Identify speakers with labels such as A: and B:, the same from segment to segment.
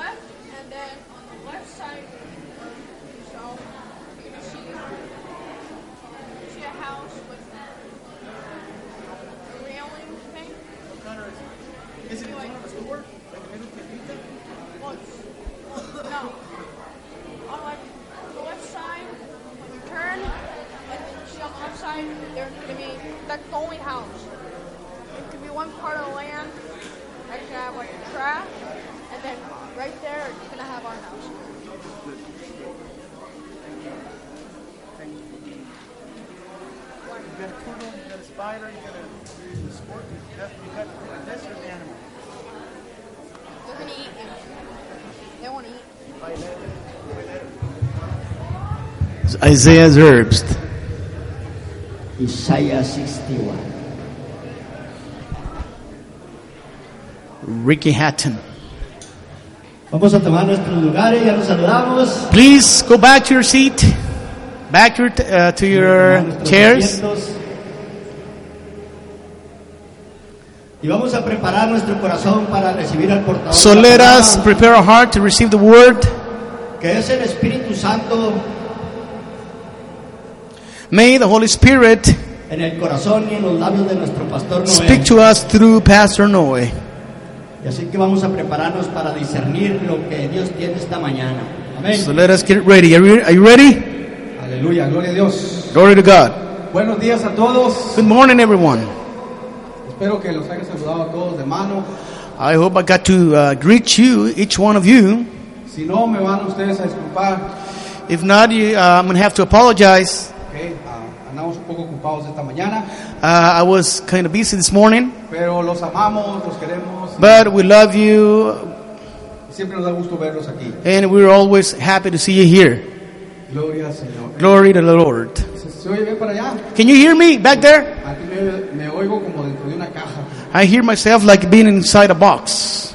A: And then on the left side of the shelf, you can see, see a house with a railing thing.
B: What color is it? Is it in front of a store? Like a little tiendita?
A: Once. No. On like the left side, when you turn, and then you see on the left side, there's gonna be that's the only house. It could be one part of the land that's gonna have like trash, and then right there it's gonna have our house.
B: Thank you. You got a poodle, you got a spider, you got a squirt, you got, you got a desert animal.
A: They're gonna eat you. They wanna eat.
B: By letter, by letter.
C: Isaiah Zerbst.
D: Isaiah 61.
C: Ricky Hatton.
D: Vamos a tomar nuestros lugares, ya nos saludamos.
C: Please go back to your seat, back your t- uh, to your
D: Nuestros
C: chairs.
D: asientos. Y vamos a preparar nuestro corazón para recibir al portador.
C: So
D: de la
C: let us
D: palabra,
C: prepare our heart to receive the word.
D: que es el Espíritu Santo
C: May the Holy Spirit
D: en el corazón y en los labios de nuestro pastor Noé.
C: speak to us through Pastor Noe.
D: Y así que vamos a prepararnos para discernir lo que Dios tiene esta mañana. Amén.
C: So let us get ready. Are you, are you ready?
B: Aleluya, gloria a Dios.
C: Glory to God.
B: Buenos días a todos.
C: Good morning, everyone.
B: Espero que los haya saludado a todos de mano.
C: I hope I got to uh, greet you, each one of you.
B: Si no, me van ustedes a disculpar.
C: If not, you, uh, I'm going to have to apologize.
B: Okay, ah, andamos un poco ocupados esta mañana,
C: Uh, I was kind of busy this morning,
B: pero los amamos, los queremos.
C: but we love you,
B: y Siempre nos da gusto verlos aquí.
C: and we're always happy to see you here.
B: Gloria al Señor.
C: Glory to the Lord.
B: ¿Se, se oye bien para allá?
C: Can you hear me back there?
B: Aquí me, me oigo como dentro de una caja.
C: I hear myself like being inside a box.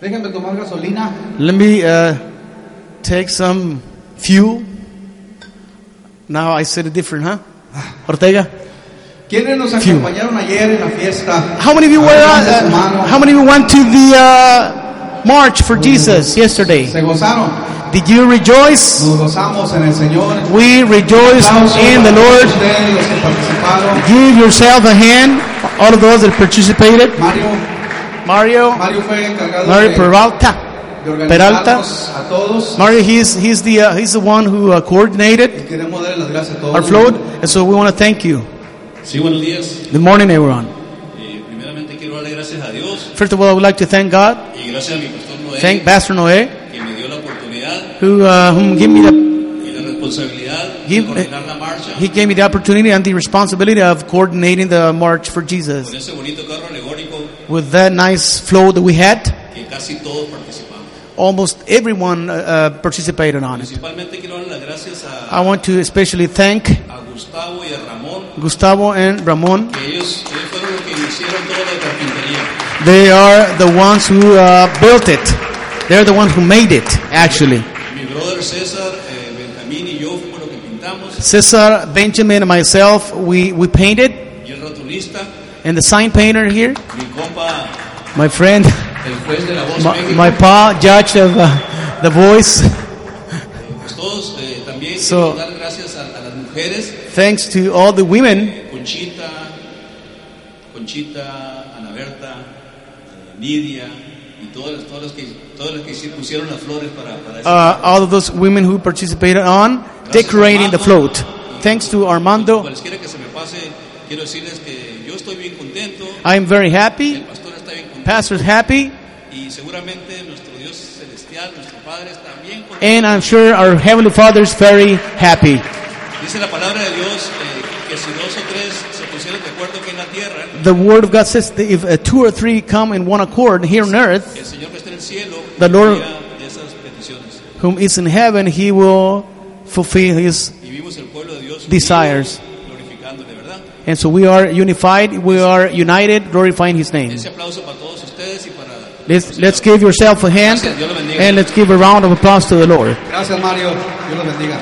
B: Déjenme tomar gasolina.
C: Let me uh, take some fuel. Now I said it different, huh? Ortega.
B: ¿Quiénes nos
C: Fiu.
B: acompañaron ayer en la fiesta?
C: How many of you were?
B: Levante su
C: Uh,
B: mano.
C: uh, how many of you went to the uh, march for Jesus yesterday?
B: Se gozaron.
C: Did you rejoice?
B: Nos gozamos en el Señor.
C: We rejoice
B: Aplausos
C: in the
B: para
C: Lord.
B: Ustedes, los que participaron.
C: Give yourself a hand, all of those that participated.
B: Mario,
C: Mario,
B: Mario fue encargado
C: Mario
B: de,
C: Peralta,
B: de
C: Peralta.
B: organizarnos a todos.
C: Mario, he's he's the uh, he's the one who uh, coordinated
B: Y queremos darle las gracias a todos.
C: our float, and so we want to thank you.
E: Sí, buenos días.
C: Good morning, everyone.
E: Eh, primeramente quiero darle gracias a Dios
C: First of all, I would like to thank God,
E: y gracias a mi pastor Noé
C: thank Pastor Noé,
E: que me dio la oportunidad
C: who uh, whom gave me the
E: y la responsabilidad
C: Give-
E: de coordinar la marcha
C: he gave me the opportunity and the responsibility of coordinating the march for Jesus
E: con ese bonito carro alegórico
C: with that nice flow that we had.
E: que casi todos participamos.
C: Almost everyone uh, uh, participated on it.
E: Principalmente quiero darle las gracias a,
C: I want to especially thank
E: a Gustavo y a Ramón
C: Gustavo and Ramon.
E: que ellos, ellos fueron los que hicieron toda la carpintería.
C: They are the ones who uh, built it. They're the ones who made it, actually.
E: Mi brother César, eh, Benjamín y yo fuimos los que pintamos
C: Cesar, Benjamin, and myself, we, we painted.
E: y el rotulista,
C: And the sign painter here,
E: mi compa,
C: my friend,
E: el juez de la voz
C: my,
E: México,
C: my pa, judge of uh, the voice.
E: pues todos eh, también
C: So-
E: quiero dar gracias a- a las mujeres
C: Thanks to all the women,
E: Eh, Conchita, Conchita, Ana Berta, eh, Nidia y todas las, todas las que todas las que sí pusieron las flores para para ese-
C: uh, all of those women who participated on decorating the float. Thanks to Armando,
E: Cualesquiera que se me pase, quiero decirles que yo estoy bien contento,
C: I'm very
E: el
C: happy.
E: pastor está bien contento
C: Pastor's happy,
E: y seguramente nuestro Dios celestial, nuestro Padre está bien contento.
C: and I'm sure our Heavenly Father's very happy.
E: Dice la palabra de Dios eh, que si dos o tres se pusieron de acuerdo aquí en la tierra,
C: The Word of God says that if uh, two or three come in one accord here on earth,
E: el Señor que está en el cielo
C: The Lord-
E: oirá de esas peticiones.
C: whom is in heaven, he will fulfill his.
E: Y vimos el pueblo de Dios unido,
C: Desires.
E: glorificándole, ¿verdad?
C: And so we are unified, we are united, glorifying his name.
E: Ese aplauso para todos ustedes y para...
C: Let's, let's give yourself a hand and let's give a round of applause to the Lord.
B: Gracias, Mario. Dios los bendiga.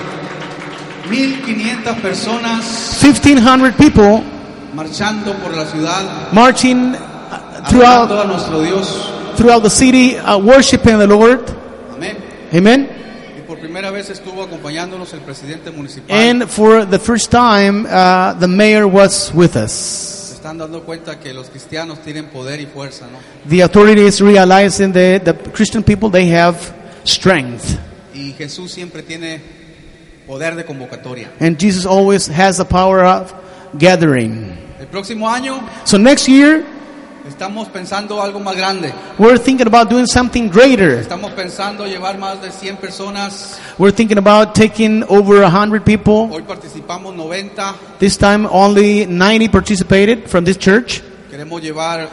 B: 1500 personas
C: 1,500 people
B: marchando por la ciudad,
C: marching
B: adorando
C: throughout,
B: a nuestro Dios.
C: throughout the city uh, worshiping the Lord.
F: Amén.
C: Amen.
F: Y por primera vez estuvo acompañándonos el presidente municipal.
C: And for the first time, uh, the mayor was with us.
F: Se están dando cuenta que los cristianos tienen poder y fuerza, ¿no?
C: The authorities realizing that the Christian people they have strength,
F: Y Jesús siempre tiene poder de convocatoria.
C: and Jesus always has the power of gathering.
F: El próximo año
C: So next year,
F: estamos pensando algo más grande.
C: we're thinking about doing something greater.
F: Estamos pensando llevar más de 100 personas.
C: We're thinking about taking over hundred people.
F: Hoy participamos 90.
C: This time, only 90 participated from this church.
F: Queremos llevar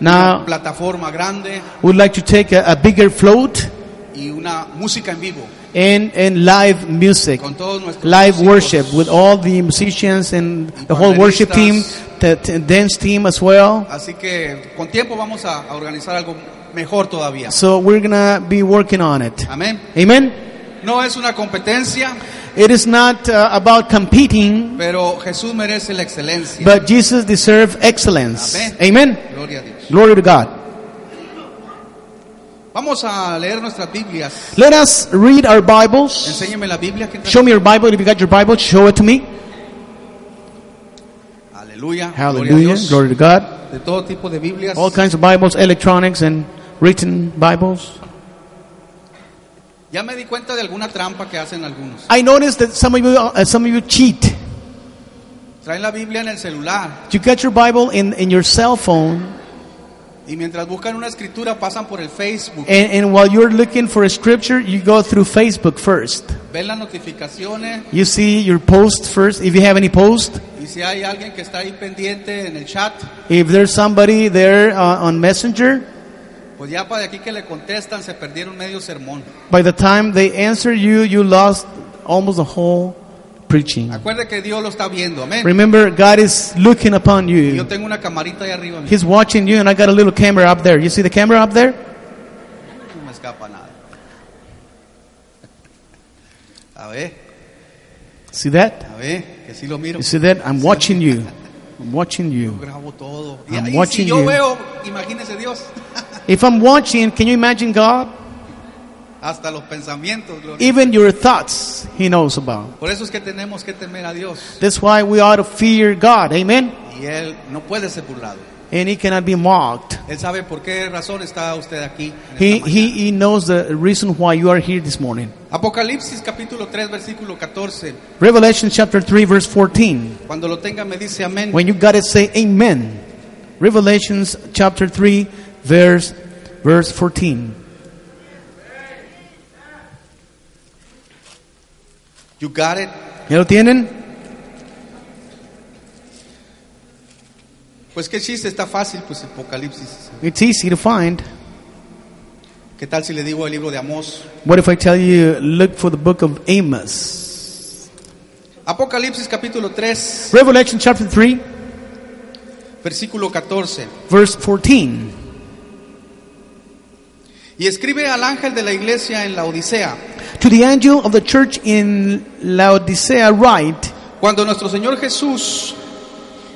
F: una
C: Now,
F: plataforma grande
C: we'd like to take a, a bigger float
F: y una música en vivo
C: and and live music.
F: con todos nuestros
C: live
F: músicos.
C: worship with all the musicians and the whole worship team, the, the dance team as well.
F: Así que con tiempo vamos a, a organizar algo mejor todavía.
C: So we're gonna be working on it.
F: Amén.
C: Amen.
F: No es una competencia,
C: It is not uh, about competing,
F: pero Jesús merece la excelencia.
C: but Jesus deserves excellence.
F: Amén.
C: Amen.
F: Gloria a Dios.
C: Glory to God.
F: Vamos a leer nuestras Biblias.
C: Let us read our Bibles.
F: Enséñeme la Biblia. ¿qué tal?
C: Show me your Bible. If you got your Bible, show it to me.
F: Aleluya. Gloria a
C: Hallelujah.
F: Dios.
C: Glory to God.
F: De todo tipo de Biblias.
C: All kinds of Bibles, electronics and written Bibles.
F: Ya me di cuenta de alguna trampa que hacen algunos.
C: I noticed that some of you, uh, some of you cheat.
F: Traen la Biblia en el celular
C: You get your Bible in, in your cell phone.
F: y mientras buscan una escritura pasan por el Facebook,
C: And, and while you're looking for a scripture, you go through Facebook first.
F: ven las notificaciones
C: You see your post first, if you have any post.
F: y si hay alguien que está ahí pendiente en el chat,
C: If there's somebody there uh, on Messenger,
F: pues ya para aquí que le contestan se perdieron medio sermón.
C: by the time they answer you, you lost almost the whole preaching.
F: Acuerde que Dios lo está viendo, amén.
C: Remember, God is looking upon
F: Yo
C: you.
F: tengo una camarita ahí arriba,
C: He's watching you, and I got a little camera up there. You see the camera up there?
F: no me escapa nada. A ver,
C: See that?
F: a ver, que sí lo miro.
C: You see that? I'm watching you. I'm watching you.
F: Grabo todo. Y
C: I'm
F: ahí si
C: watching
F: yo
C: you.
F: veo, imagínese Dios,
C: If I'm watching, can you imagine God?
F: hasta los pensamientos, gloria.
C: Even your thoughts, He knows about.
F: Por eso es que tenemos que temer a Dios.
C: That's why we ought to fear God. Amen.
F: Y Él no puede ser burlado.
C: And he cannot be mocked.
F: Él sabe por qué razón está usted aquí. en esta
C: He,
F: mañana.
C: he, he knows the reason why you are here this morning.
F: Apocalipsis capítulo 3 versículo 14.
C: Revelation chapter 3 verse 14.
F: Cuando lo tenga me dice amén.
C: When you got it, say amen. Revelations chapter 3 verse, verse 14.
F: You got it.
C: ¿Ya lo tienen?
F: Pues qué chiste, está fácil pues Apocalipsis.
C: It's easy to find.
F: ¿Qué tal si le digo el libro de Amós?
C: What if I tell you, look for the book of Amos?
F: Apocalipsis capítulo 3
C: Revelation chapter 3
F: versículo 14.
C: verse 14.
F: Y escribe al ángel de la iglesia en la Odisea.
C: To the angel of the church in Laodicea write,
F: Cuando nuestro Señor Jesús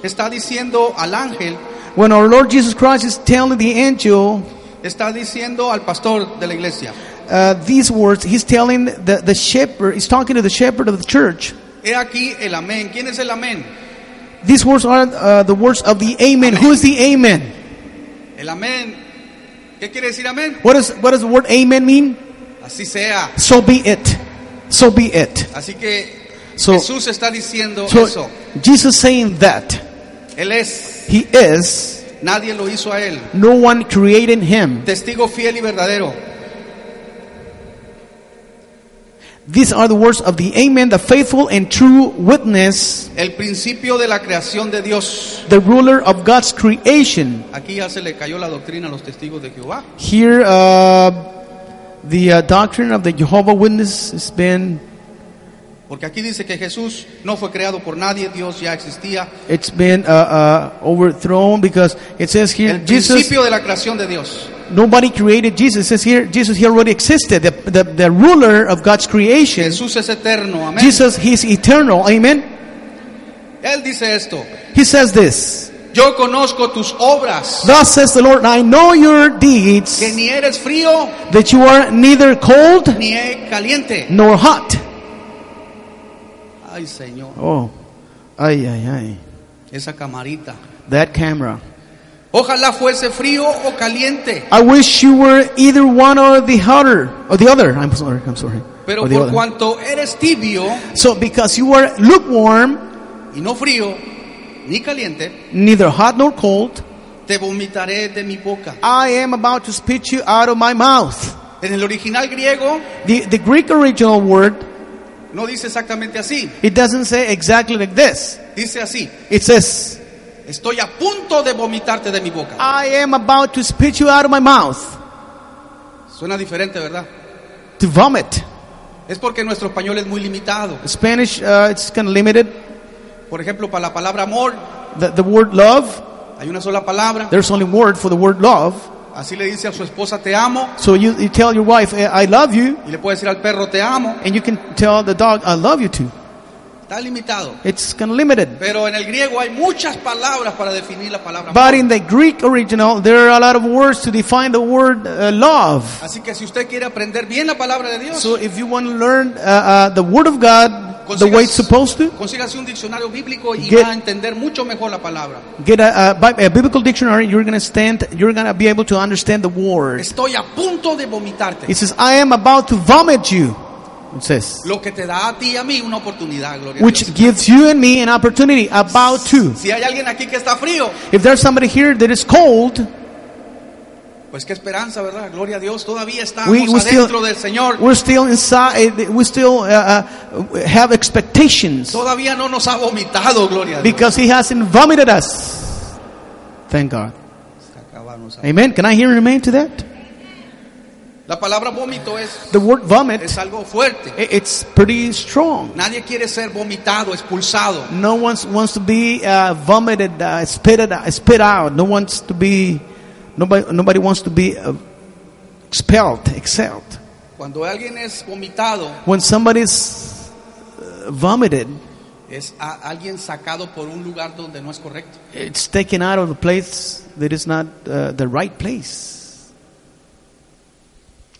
F: está diciendo al ángel,
C: when our Lord Jesus Christ is telling the angel
F: está diciendo al pastor de la iglesia.
C: uh, these words, he's telling the, the shepherd, he's talking to the shepherd of the church.
F: He aquí el amén. ¿Quién es el amén?
C: These words are uh, the words of the amen. Who is the amen?
F: El amén. ¿Qué quiere decir amén?
C: What, is, what does the word amen mean?
F: Así sea.
C: So be it. So be it.
F: Así que
C: So-
F: Jesús está diciendo
C: So
F: eso.
C: Jesus saying that
F: Él es.
C: he is,
F: Nadie lo hizo a él.
C: no one created him.
F: Testigo fiel y verdadero.
C: These are the words of the amen, the faithful and true witness,
F: El principio de la creación de Dios.
C: the ruler of God's creation.
F: Aquí ya se le cayó la doctrina a los testigos de Jehová.
C: Here, uh, the uh, doctrine of the Jehovah Witness has been
F: Porque aquí dice que Jesús no fue creado por nadie. Dios ya existía.
C: It's been uh, uh, overthrown because it says here
F: El
C: Jesus.
F: principio de la creación de Dios.
C: Nobody created Jesus. It says here Jesus. He already existed. The, the, the ruler of God's creation.
F: Jesús es eterno. Amén.
C: Jesus. He's eternal. Amen.
F: Él dice esto.
C: He says this.
F: yo conozco tus obras,
C: Thus says the Lord, I know your deeds,
F: que ni eres frío
C: that you are neither cold
F: ni eres caliente.
C: nor hot.
F: Ay, Señor,
C: Oh, ay, ay, ay.
F: esa camarita.
C: That camera.
F: Ojalá fuese frío o caliente,
C: I wish you were either one or the other. Or the other. I'm sorry, I'm sorry.
F: pero
C: Or the
F: por
C: other.
F: cuanto eres tibio
C: So because you are lukewarm,
F: y no frío ni caliente,
C: neither hot nor cold,
F: te vomitaré de mi boca.
C: I am about to spit you out of my mouth.
F: En el original griego
C: The, the Greek original word,
F: no dice exactamente así,
C: it doesn't say exactly like this.
F: dice así,
C: It says,
F: estoy a punto de vomitarte de mi boca.
C: I am about to spit you out of my mouth.
F: Suena diferente, ¿verdad?
C: To vomit.
F: Es porque nuestro español es muy limitado.
C: Spanish, uh, it's kind of limited.
F: Por ejemplo, para la palabra amor
C: The, the word love,
F: hay una sola palabra.
C: there's only word for the word love.
F: Así le dice a su esposa te amo
C: So you, you tell your wife, "Eh, I love you,
F: y le puede decir al perro te amo.
C: and you can tell the dog, I love you too.
F: Está limitado.
C: It's kind of limited.
F: Pero en el griego hay muchas palabras para definir la palabra amor.
C: But in the Greek original, there are a lot of words to define the word uh, love.
F: Así que si usted quiere aprender bien la palabra de Dios,
C: So if you want to learn uh, uh, the word of God the way it's supposed to,
F: consígase un diccionario bíblico y
C: Get-
F: va a entender mucho mejor la palabra.
C: get a, a, Bi- a biblical dictionary. You're gonna stand. You're gonna be able to understand the word.
F: Estoy a punto de vomitarte.
C: It says, "I am about to vomit you." It says,
F: Lo que te da a ti y a mí una oportunidad, gloria a
C: which
F: Dios.
C: gives you and me an opportunity. About to.
F: Si hay alguien aquí que está frío,
C: If there's somebody here that is cold,
F: pues qué esperanza, ¿verdad? Gloria a Dios, todavía estamos
C: we, we
F: adentro
C: still
F: del Señor.
C: we're still inside. We still uh, uh, have expectations
F: Todavía no nos ha vomitado, gloria a Dios.
C: because He hasn't vomited us. Thank God.
F: Se acabaron los-
C: Amen. Can I hear an amen to that?
F: La palabra vómito es,
C: The word vomit,
F: es algo fuerte.
C: i- it's pretty strong.
F: Nadie quiere ser vomitado, expulsado.
C: No one wants to be uh, vomited, uh, spit, it, spit out. No wants to be, nobody, nobody wants to be uh, expelled, exiled.
F: Cuando alguien es vomitado,
C: When somebody's uh, vomited,
F: es a alguien sacado por un lugar donde no es correcto.
C: it's taken out of the place that is not uh, the right place.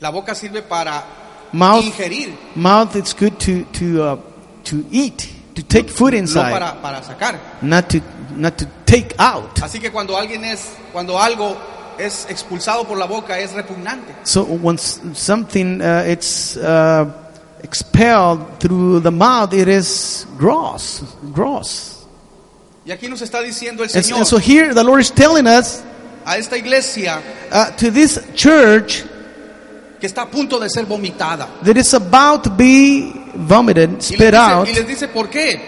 F: La boca sirve para
C: Mouth,
F: ingerir,
C: mouth. It's good to to uh, to eat, to take food
F: no
C: inside,
F: para, Ah. para sacar.
C: not to not to take out.
F: Así que cuando alguien es, cuando algo es expulsado por la boca, es repugnante.
C: So when s- something uh, it's uh, expelled through the mouth, it is gross, gross.
F: Y aquí nos está diciendo el
C: And, s- and
F: Señor
C: so here the Lord is telling us
F: a esta iglesia
C: uh, to this church
F: que está a punto de ser vomitada.
C: that is about to be vomited,
F: Y les,
C: spit out,
F: dice, y les dice por qué.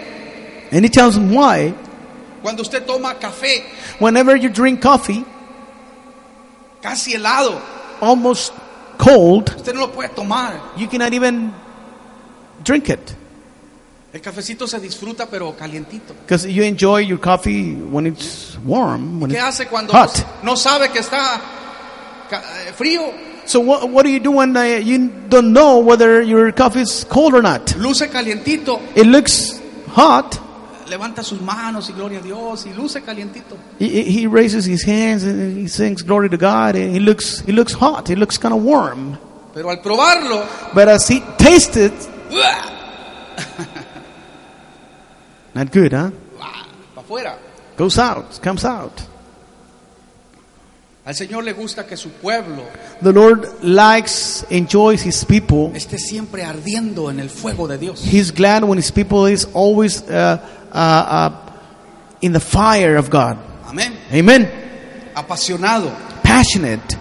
C: and He tells them why.
F: Cuando usted toma café
C: Whenever you drink coffee,
F: casi helado,
C: almost cold,
F: usted no lo puede tomar.
C: you cannot even drink it
F: El cafecito se disfruta pero calientito.
C: because you enjoy your coffee when it's warm, when
F: ¿Qué
C: it's
F: hace cuando
C: hot.
F: no sabe que está ca- eh, frío?
C: So what, what do you do when uh, you don't know whether your coffee is cold or not?
F: Luce calientito,
C: It looks hot.
F: levanta sus manos y gloria a Dios y luce calientito.
C: He, he raises his hands and he sings glory to God. And he looks he looks hot. He looks kind of warm.
F: Pero al probarlo,
C: But as he tastes it,
F: ¡buah!
C: not good, huh?
F: para afuera.
C: Goes out, comes out.
F: Al Señor le gusta que su pueblo
C: The Lord likes, enjoys his people.
F: esté siempre ardiendo en el fuego de Dios.
C: He's glad when his people is always uh, uh, uh, in the fire of God.
F: Amén.
C: Amen.
F: Apasionado.
C: Passionate.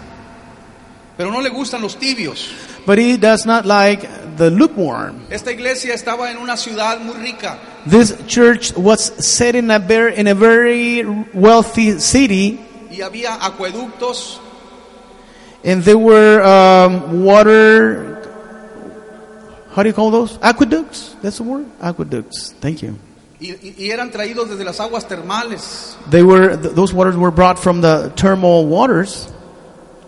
F: Pero no le gustan los tibios.
C: But he does not like the lukewarm.
F: Esta iglesia estaba en una ciudad muy rica.
C: This church was set in a very, in a very wealthy city,
F: Y había acueductos,
C: and there were um, water. How do you call those? Aqueducts. That's the word. Aqueducts. Thank you.
F: y, y- y eran traídos desde las aguas termales
C: They were th- those waters were brought from the thermal waters.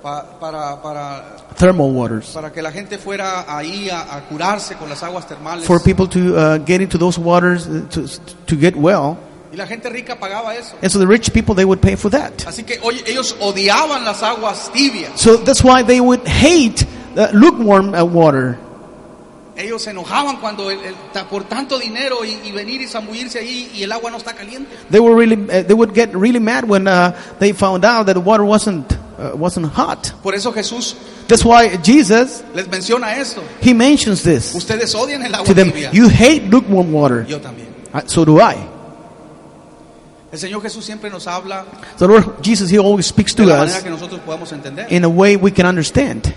F: pa- para, para,
C: Thermal waters
F: para que la gente fuera ahí a, a curarse con las aguas termales.
C: for people to uh, get into those waters uh, to to get well.
F: Y la gente rica pagaba eso.
C: And so the rich people, they would pay for that.
F: Así que oye, ellos odiaban las aguas tibias.
C: So that's why they would hate uh, lukewarm uh, water.
F: Ellos se enojaban cuando el- el- ta- por tanto dinero y, y venir y zambullirse ahí y el agua no está caliente.
C: They were really, uh, they would get really mad when uh, they found out that the water wasn't, uh, wasn't hot.
F: Por eso Jesús
C: That's why Jesus,
F: les menciona esto.
C: he mentions this
F: Ustedes odian el
C: to
F: agua
C: them.
F: tibia.
C: You hate lukewarm water.
F: Yo también.
C: Uh, So do I.
F: El Señor Jesús siempre nos habla
C: So Lord Jesus, he always speaks
F: de
C: to
F: la manera
C: us
F: que nosotros podamos entender.
C: in a way we can understand.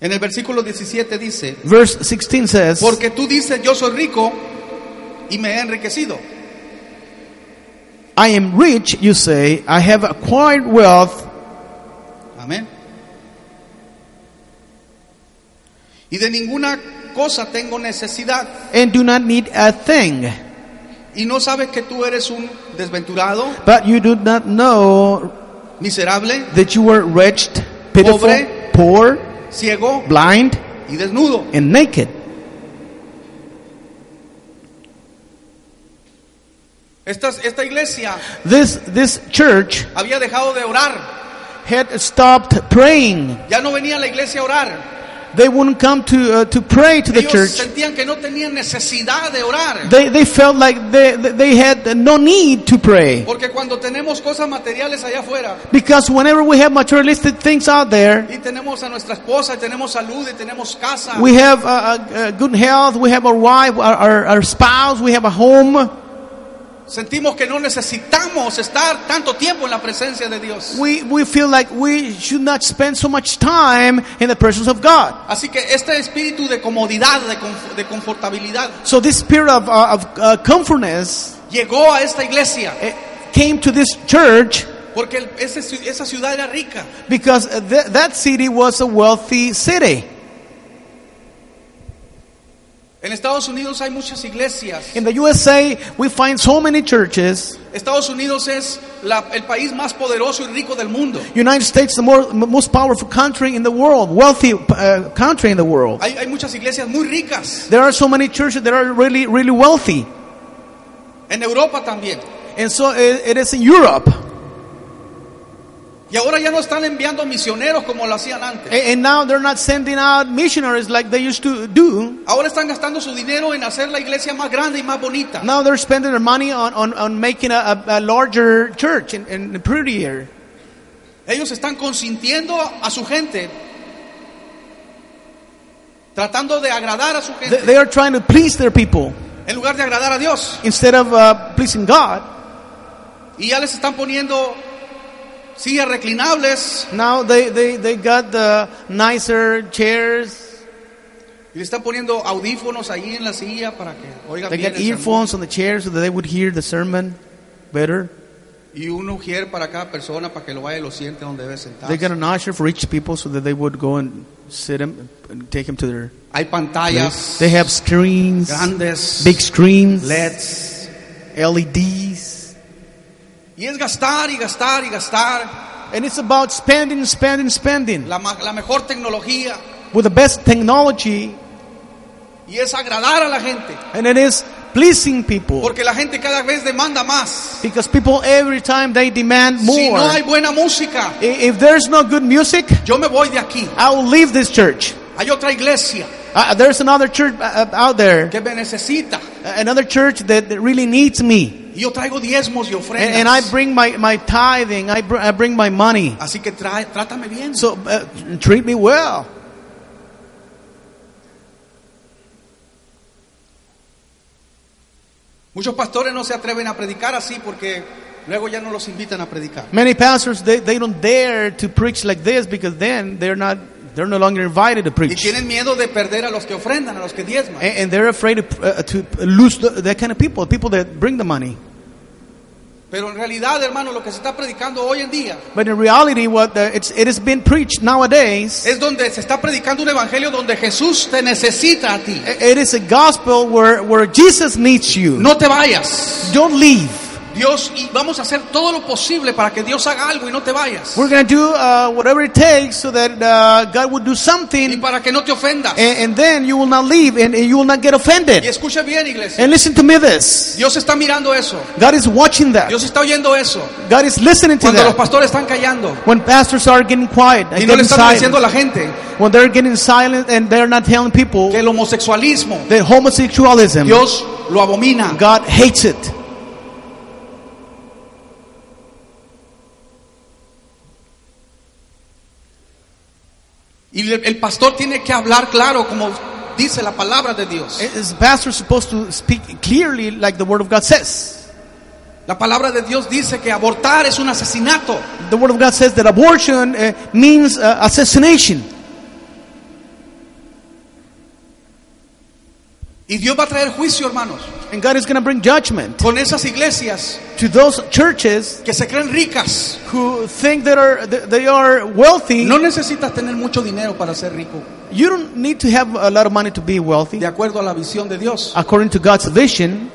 F: En el versículo 17 dice,
C: Verse 16 says,
F: porque tú dices yo soy rico y me he enriquecido.
C: I am rich, you say, I have acquired wealth,
F: Amén. Y de ninguna cosa tengo necesidad.
C: and do not need a thing.
F: Y no sabes que tú eres un desventurado,
C: But you do not know
F: miserable,
C: that you were wretched, pitiful,
F: Pobre.
C: poor,
F: ciego
C: blind,
F: y desnudo.
C: and naked.
F: Esta, esta iglesia
C: This, this church
F: había dejado de orar.
C: had stopped praying.
F: Ya no venía a la iglesia a orar.
C: They wouldn't come to, uh, to pray to the
F: Ellos
C: church.
F: sentían que no tenían necesidad de orar.
C: They, they felt like they, they had no need to pray.
F: Porque cuando tenemos cosas materiales allá afuera,
C: Because whenever we have materialistic things out there,
F: y tenemos a nuestra esposa, y tenemos salud, y tenemos casa,
C: we have uh, uh, uh, good health, we have a wife, our, our, our spouse, we have a home.
F: sentimos que no necesitamos estar tanto tiempo en la presencia de Dios.
C: We, we feel like we should not spend so much time in the presence of God.
F: Así que este espíritu de comodidad, de, conf- de confortabilidad,
C: So this spirit of, uh, of uh, comfortness
F: llegó a esta iglesia
C: eh, came to this church
F: porque el- ese ci- esa ciudad era rica.
C: because th- that city was a wealthy city.
F: En Estados Unidos hay muchas iglesias.
C: In the USA, we find so many churches.
F: Estados Unidos es la- el país más poderoso y rico del mundo.
C: United States, the more, m- most powerful country in the world, wealthy uh, country in the world.
F: Hay, hay muchas iglesias muy ricas.
C: There are so many churches that are really, really wealthy.
F: En Europa también.
C: And so it, it is in Europe.
F: Y ahora ya no están enviando misioneros como lo hacían antes.
C: A- And now they're not sending out missionaries like they used to do.
F: Ahora están gastando su dinero en hacer la iglesia más grande y más bonita.
C: Now they're spending their money on, on, on making a, a, a larger church and, and prettier.
F: Ellos están consintiendo a su gente, tratando de agradar a su
C: They,
F: gente
C: they are trying to please their people
F: en lugar de agradar a Dios.
C: instead of uh, pleasing God.
F: Y ya les están poniendo sillas reclinables
C: Now they, they, they got the nicer chairs.
F: y le están poniendo audífonos ahí en la silla para que oigan
C: They
F: bien
C: got
F: el sermón.
C: earphones on the chairs so that they would hear the sermon better.
F: y un ujier para cada persona para que lo vaya y lo siente donde debe sentarse.
C: They got an usher for each people so that they would go and sit him and take him to their.
F: Hay pantallas
C: They have screens,
F: grandes, E
C: big screens, E
F: LEDs.
C: LEDs,
F: Y es gastar y gastar y gastar
C: and it's about spending, spending, spending
F: Ah. la, ma- la mejor tecnología
C: with the best technology
F: y es agradar a la gente.
C: And it is pleasing people.
F: Porque la gente cada vez demanda más.
C: Because people every time they demand
F: Si
C: more.
F: no hay
C: I-
F: buena música,
C: If there's no good music,
F: yo me voy de aquí.
C: I will leave this church.
F: Hay otra iglesia
C: Uh, there's another church uh, out there, uh,
F: que me necesita
C: another church that, that really needs me.
F: y yo traigo diezmos y
C: And, and I
F: ofrendas.
C: bring my, my tithing, I, br- I bring my money.
F: Así que trae- trátame bien.
C: So uh, treat me well.
F: Muchos pastores no se atreven a predicar así porque luego ya no los invitan a predicar.
C: Many pastors, they, they don't dare to preach like this because then they're not, they're no longer invited to
F: Y
C: preach. Eh.
F: tienen miedo de perder a los que ofrendan, a los que diezman.
C: And, and they're afraid to, uh, to lose the, that kind of people, people that bring the money.
F: Pero en realidad, hermano, lo que se está predicando hoy en día
C: But in reality, what the, it's, it has been preached nowadays,
F: es donde se está predicando un evangelio donde Jesús te necesita a ti.
C: Eh. it is a gospel where, where Jesus needs you.
F: No te vayas.
C: Don't leave.
F: Dios, y vamos a hacer todo lo posible para que Dios haga algo y no te vayas.
C: We're going to do uh, whatever it takes so that uh, God will do something,
F: Y
C: and,
F: para que no te ofendas.
C: and then you will not leave and, and you will not get offended.
F: Y escucha bien, iglesia.
C: And listen to me this.
F: Dios está mirando eso.
C: God is watching that.
F: Dios está oyendo eso.
C: God is listening to
F: Cuando los
C: that.
F: pastores están callando
C: When pastors are getting quiet,
F: y
C: and
F: no le
C: getting
F: están diciendo a
C: silent,
F: la gente
C: when they're getting silent and they're not telling people
F: que el homosexualismo
C: that homosexualism,
F: Dios lo abomina.
C: God hates it.
F: Y le- el pastor tiene que hablar claro como dice la palabra de Dios.
C: Is the pastor supposed to speak clearly like the word of God says?
F: La palabra de Dios dice que abortar es un asesinato.
C: The word of God says that abortion uh, means uh, assassination.
F: Y Dios va a traer juicio, hermanos,
C: And God is going to bring judgment
F: con esas iglesias
C: to those churches
F: que se creen ricas.
C: who think that are that they are wealthy.
F: No necesitas tener mucho dinero para ser rico,
C: You don't need to have a lot of money to be wealthy.
F: de acuerdo a la visión de Dios.
C: According to God's vision,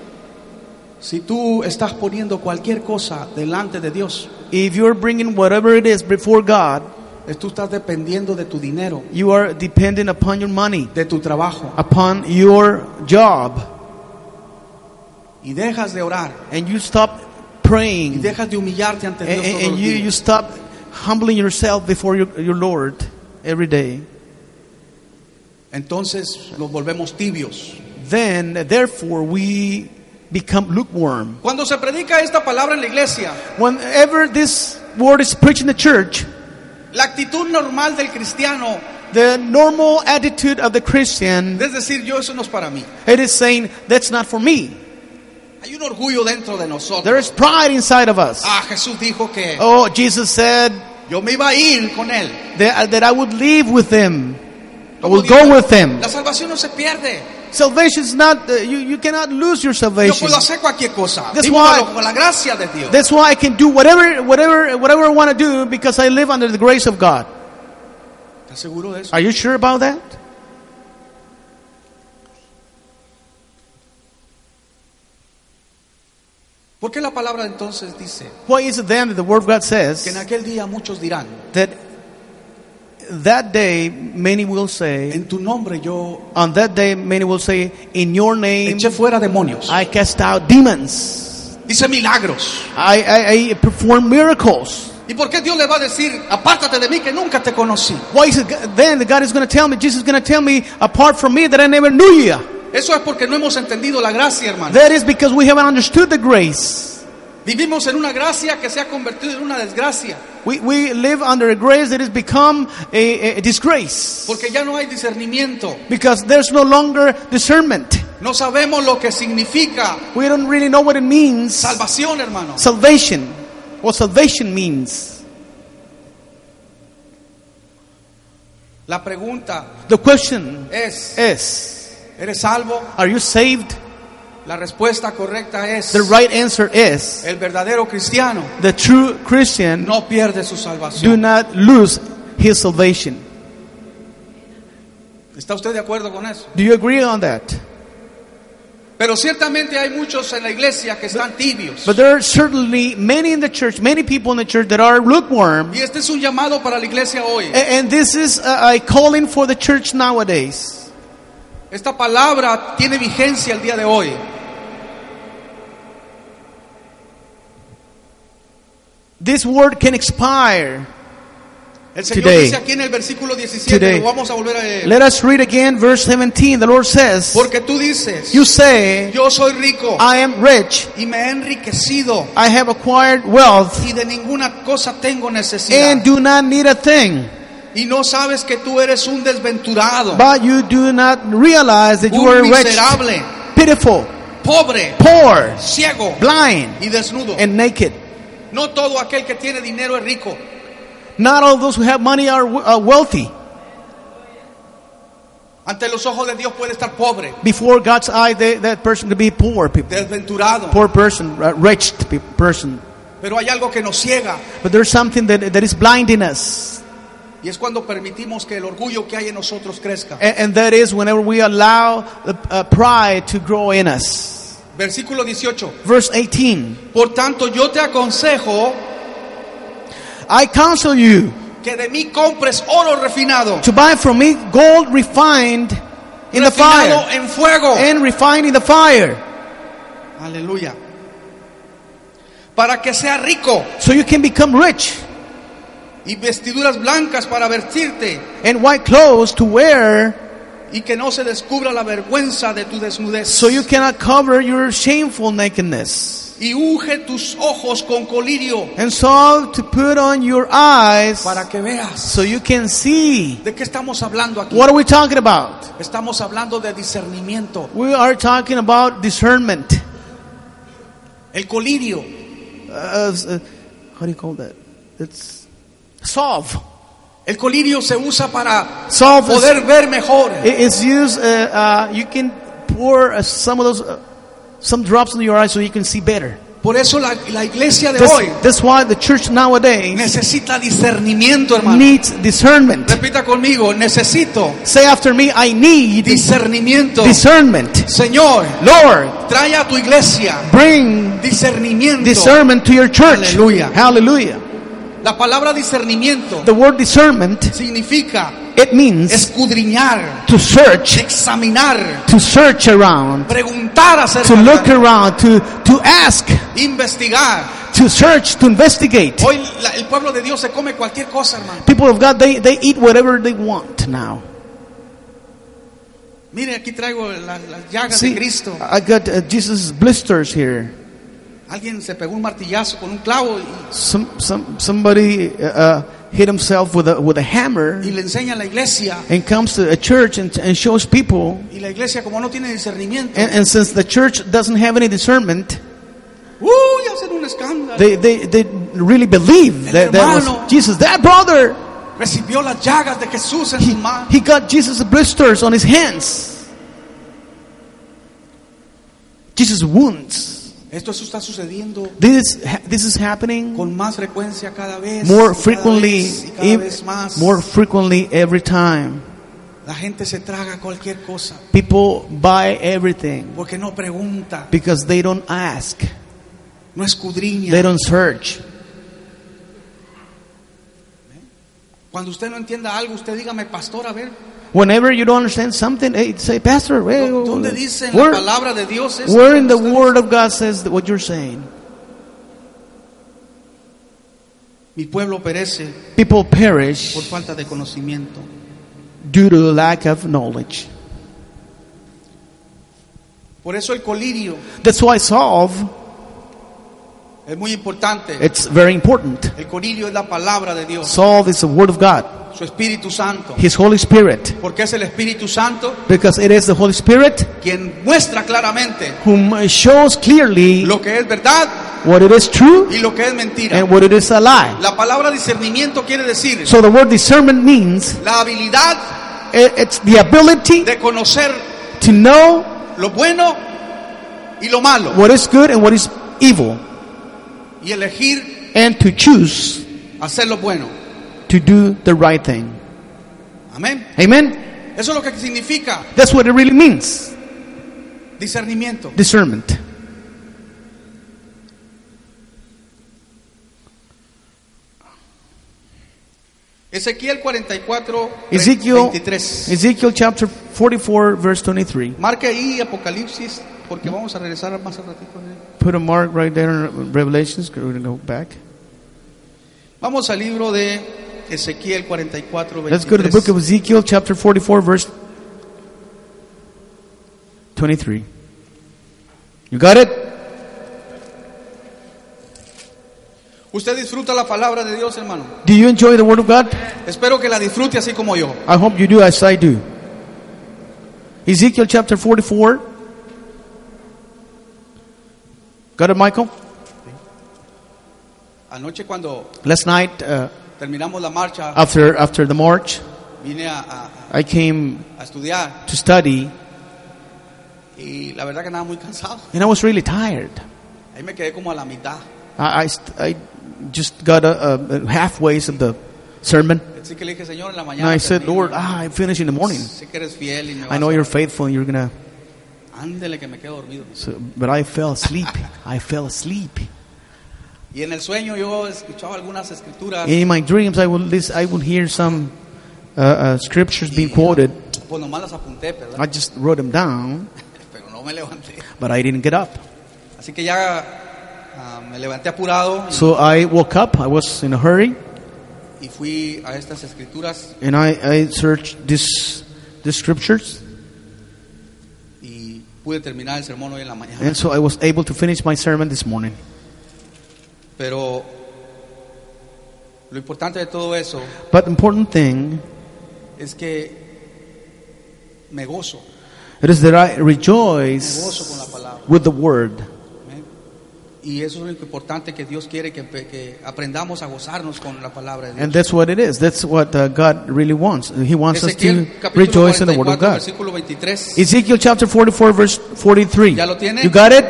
F: Si tú estás poniendo cualquier cosa delante de Dios,
C: if you're bringing whatever it is before God,
F: es tú estás dependiendo de tu dinero,
C: you are dependent upon your money,
F: de tu trabajo,
C: upon your job,
F: y dejas de orar,
C: and you stop
F: y
C: praying
F: dejas de humillarte ante
C: and, and-
F: Dios. todos
C: and
F: los
C: Eh, you,
F: días.
C: you stop humbling yourself before your, your Lord every day,
F: Entonces nos volvemos tibios.
C: then therefore we become lukewarm.
F: Cuando se predica esta palabra en la iglesia,
C: Whenever this word is preached in the church,
F: la actitud normal del cristiano
C: the normal attitude of the Christian,
F: es decir, yo eso no es para mí.
C: it is saying, that's not for me.
F: Hay un orgullo dentro de nosotros.
C: There is pride inside of us.
F: Ah, Jesús dijo que
C: Oh, Jesus said
F: yo me iba a ir con él.
C: that, that I would leave with them. I
F: Como
C: will
F: dijo,
C: go with them.
F: La salvación no se pierde.
C: Salvation is not, uh, you, you cannot lose your
F: Yo
C: salvation.
F: puedo hacer cualquier cosa.
C: That's
F: Vivo
C: why-
F: con- con la gracia de Dios.
C: That's why I can do whatever, whatever, whatever I want to do because I live under the grace of God.
F: ¿Estás seguro de eso?
C: Are you sure about that?
F: ¿Por qué la palabra entonces dice
C: Why is it then that the Word of God
F: que en
C: says
F: aquel día muchos dirán,
C: that that day many will say,
F: en tu nombre yo
C: on that day many will say, in your name
F: eché fuera demonios,
C: I cast out demons,
F: hice milagros?
C: I, I, I perform miracles.
F: ¿Y por qué Dios le va a decir, apártate de mí que nunca te conocí?
C: Why is it then that God is going to tell me, Jesus is going to tell me, apart from me, that I never knew you?
F: Eso es porque no hemos entendido la gracia, hermano.
C: That is because we haven't understood the grace.
F: Vivimos en una gracia que se ha convertido en una desgracia,
C: We, we live under a grace that has become a, a- a disgrace.
F: porque ya no hay discernimiento.
C: Because there's no longer discernment.
F: No sabemos lo que significa
C: We don't really know what it means.
F: salvación, hermano.
C: Salvation. What salvation means.
F: La pregunta
C: The question
F: es,
C: is,
F: ¿eres salvo?
C: are you saved?
F: La respuesta correcta es,
C: The right answer is,
F: el verdadero cristiano
C: the true Christian
F: no pierde su
C: do
F: salvación.
C: not lose his salvation.
F: ¿Está usted de acuerdo con eso?
C: Do you agree on that?
F: Pero ciertamente hay muchos en la iglesia que están tibios.
C: But there are certainly many in the church, many people in the church that are lukewarm.
F: Y este es un llamado para la iglesia hoy.
C: A- And this is a a calling for the church nowadays.
F: Esta palabra tiene vigencia el día de hoy.
C: This word can expire.
F: El Señor
C: Today.
F: dice aquí en el versículo 17,
C: Today.
F: lo vamos a volver a leer.
C: Let us read again verse 17. The Lord says,
F: Porque tú dices,
C: You say,
F: yo soy rico
C: I am rich,
F: y me he enriquecido
C: I have acquired wealth,
F: y de ninguna cosa tengo necesidad.
C: and do not need a thing.
F: y no sabes que tú eres un desventurado,
C: But you do not realize that you are
F: un
C: wretched,
F: miserable,
C: pitiful,
F: pobre,
C: poor,
F: ciego
C: blind,
F: y desnudo.
C: and naked.
F: no todo aquel que tiene dinero es rico.
C: Not all those who have money are w- are wealthy.
F: Ante los ojos de Dios puede estar pobre,
C: Before God's eye, they, that person could be poor people.
F: desventurado.
C: poor person, a wretched pe- person.
F: Pero hay algo que nos ciega
C: But there's something that, that is blinding us.
F: y es cuando permitimos que el orgullo que hay en nosotros crezca.
C: And, and that is whenever we allow the uh, pride to grow in us.
F: Versículo 18.
C: Verse 18.
F: Por tanto, yo te aconsejo
C: I counsel you
F: que de mí compres oro refinado,
C: to buy from me gold refined in the
F: refinado
C: fire Eh.
F: en fuego.
C: and refined in the fire
F: Aleluya. Para que sea rico
C: so you can become rich
F: y vestiduras blancas para vestirte
C: and white clothes to wear
F: y que no se descubra la vergüenza de tu desnudez.
C: so you cannot cover your shameful nakedness
F: y unge tus ojos con colirio
C: and so to put on your eyes
F: para que veas.
C: so you can see
F: ¿De qué estamos hablando aquí?
C: what are we talking about
F: Estamos hablando de discernimiento.
C: we are talking about discernment
F: El colirio
C: uh, uh, how do you call that it's solve
F: El colirio se usa para
C: solve is-
F: poder ver mejor.
C: It is used. Uh, uh, you can pour uh, some of those, uh, some drops in your eyes, so you can see better.
F: Por eso la, la iglesia de hoy
C: That's, that's why the church nowadays
F: necesita discernimiento, hermano.
C: needs discernment.
F: Repita conmigo, necesito
C: Say after me, I need
F: discernimiento.
C: discernment.
F: Señor,
C: Lord,
F: trae a tu iglesia
C: bring
F: discernimiento.
C: discernment to your church.
F: Hallelujah.
C: Hallelujah.
F: La palabra discernimiento
C: The word discernment
F: significa
C: it means
F: escudriñar,
C: to search,
F: examinar,
C: to search around,
F: preguntar
C: to look
F: acerca,
C: around, to to ask,
F: investigar.
C: to search, to investigate.
F: Hoy la- el pueblo de Dios se come cualquier cosa, hermano.
C: People of God, they, they eat whatever they want now.
F: Mire, aquí traigo la- las llagas de
C: See,
F: Cristo.
C: I got uh, Jesus' blisters here.
F: Alguien se pegó un martillazo con un clavo y,
C: Some, some, somebody uh, uh, hit himself with a, with a hammer
F: y le enseña a la iglesia.
C: and comes to a church and, and shows people.
F: Y la iglesia, como no tiene discernimiento,
C: And, and since the church doesn't have any discernment,
F: ¡uy! Hacen un escándalo.
C: they, they, they really believe that, that was Jesus. That brother,
F: Recibió las llagas de Jesús en
C: he,
F: su mano.
C: he got Jesus' blisters on his hands. Jesus' wounds.
F: Esto eso está sucediendo
C: This, this is happening
F: con más frecuencia cada vez.
C: more
F: y cada
C: frequently,
F: vez, y cada
C: ev-
F: vez más.
C: more frequently every time.
F: La gente se traga cualquier cosa
C: People buy everything
F: porque no pregunta,
C: because they don't ask,
F: no
C: they
F: escudriña.
C: don't search.
F: Cuando usted no entienda algo, usted dígame, pastor, a ver,
C: Whenever you don't understand something, hey, say, Pastor, hey,
F: ¿dó- ¿dónde dice en la
C: where,
F: palabra de Dios esto?
C: where in the
F: ¿Dónde está
C: Word of God says that what you're saying?
F: esto? Mi pueblo perece
C: People perish
F: por falta de conocimiento.
C: due to lack of knowledge.
F: Por eso el colirio
C: That's why solve,
F: es muy importante.
C: it's very important.
F: El colirio es la palabra de Dios,
C: Solve is the Word of God,
F: su Espíritu Santo.
C: His Holy Spirit,
F: Porque es el Espíritu Santo
C: because it is the Holy Spirit
F: quien muestra claramente
C: whom shows clearly
F: lo que es verdad
C: what it is true
F: y lo que es mentira.
C: and what it is a lie.
F: La palabra discernimiento quiere decir
C: Eh, So the word discernment means
F: la habilidad
C: It- It's the ability
F: de conocer
C: to know
F: lo bueno y lo malo
C: what is good and what is evil,
F: y elegir
C: and to choose
F: hacer lo bueno.
C: to do the right thing.
F: Amén.
C: Amen?
F: Eso es lo que significa
C: That's what it really means
F: discernimiento.
C: discernment.
F: Ezequiel 44,
C: Ezekiel,
F: 23.
C: Ezekiel chapter 44, verse 23.
F: Marque ahí Apocalipsis porque vamos a regresar más a ratito. ¿eh?
C: Put a mark right there in Revelations. We're going to go back.
F: Vamos al libro de Ezequiel 44,
C: Let's go to the book
F: 23.
C: of Ezekiel, chapter 44, verse 23. You got it?
F: Usted disfruta la palabra de Dios, hermano.
C: Do you enjoy the Word of God?
F: Espero que la disfrute así como yo.
C: I hope you do as I do. Ezekiel chapter 44. Got it, Michael?
F: Anoche cuando
C: Last night, uh,
F: terminamos la marcha,
C: after, after the march,
F: vine a, a-
C: I came
F: a estudiar
C: to study
F: y la verdad que andaba muy cansado.
C: and I was really tired.
F: Ahí me quedé como a la mitad.
C: I, I, st- I just got uh uh halfway of the sermon.
F: Así que le dije, Señor, en la
C: And
F: mañana.
C: I said,
F: termino.
C: Lord, ah, I finish in the morning.
F: Sé que eres fiel y me
C: I
F: vas
C: know
F: a-
C: you're faithful and you're going to
F: Ándele que me quedo dormido.
C: So, but I fell asleep. I fell asleep.
F: Y en el sueño yo escuchaba algunas escrituras.
C: In my dreams, I would listen, I would hear some uh, uh, scriptures being
F: Y-
C: quoted.
F: Pues nomás las apunté, ¿verdad?
C: I just wrote them down,
F: Pero no me levanté.
C: but I didn't get up.
F: Así que ya ah, me levanté apurado
C: So I woke up. I was in a hurry,
F: y fui a estas escrituras
C: and I, I searched this the scriptures,
F: y pude terminar el sermón hoy en la mañana.
C: and so I was able to finish my sermon this morning.
F: Pero lo importante de todo eso
C: But the important thing
F: es que me gozo,
C: it is that I
F: me gozo con la
C: rejoice
F: palabra.
C: with the word,
F: ¿eh? Y eso es lo importante que Dios quiere que, que aprendamos a gozarnos con la palabra de
C: and
F: Dios.
C: that's what it is. That's what uh, God really wants. He wants us to
F: Ezequiel capítulo
C: rejoice in the word of
F: 44,
C: God.
F: versículo 23.
C: Ezekiel chapter 44 verse 43.
F: ¿Ya lo tiene?
C: You got it?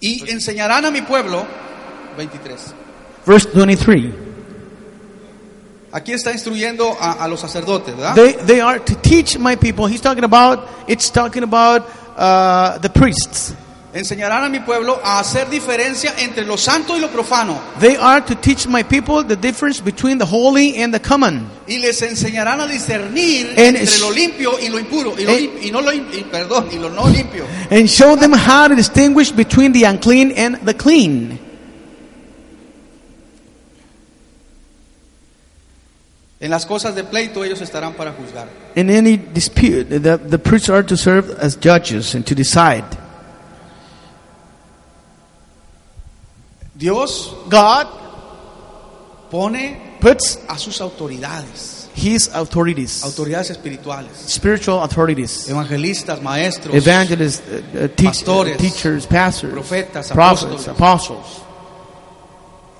F: Y enseñarán a mi pueblo 23.
C: Verse 23.
F: Aquí está instruyendo a, a los sacerdotes, ¿verdad?
C: They they are to teach my people. He's talking about it's talking about uh, the priests.
F: Enseñarán a mi pueblo a hacer diferencia entre lo santo y lo profano.
C: They are to teach my people the difference between the holy and the common.
F: Y les enseñarán a discernir
C: En-
F: entre lo limpio y lo impuro. Y, lo
C: En-
F: lim- y no lo im- y, perdón, y lo no limpio.
C: and show them how to distinguish between the unclean and the clean.
F: En las cosas de pleito ellos estarán para juzgar.
C: In any dispute, the, the priests are to serve as judges and to decide.
F: Dios
C: God
F: pone
C: puts
F: a sus autoridades,
C: his authorities,
F: autoridades espirituales,
C: spiritual authorities,
F: evangelistas, maestros,
C: evangelists, uh, uh, teach,
F: Pastores,
C: teachers, pastors,
F: profetas,
C: prophets,
F: apóstoles.
C: apostles.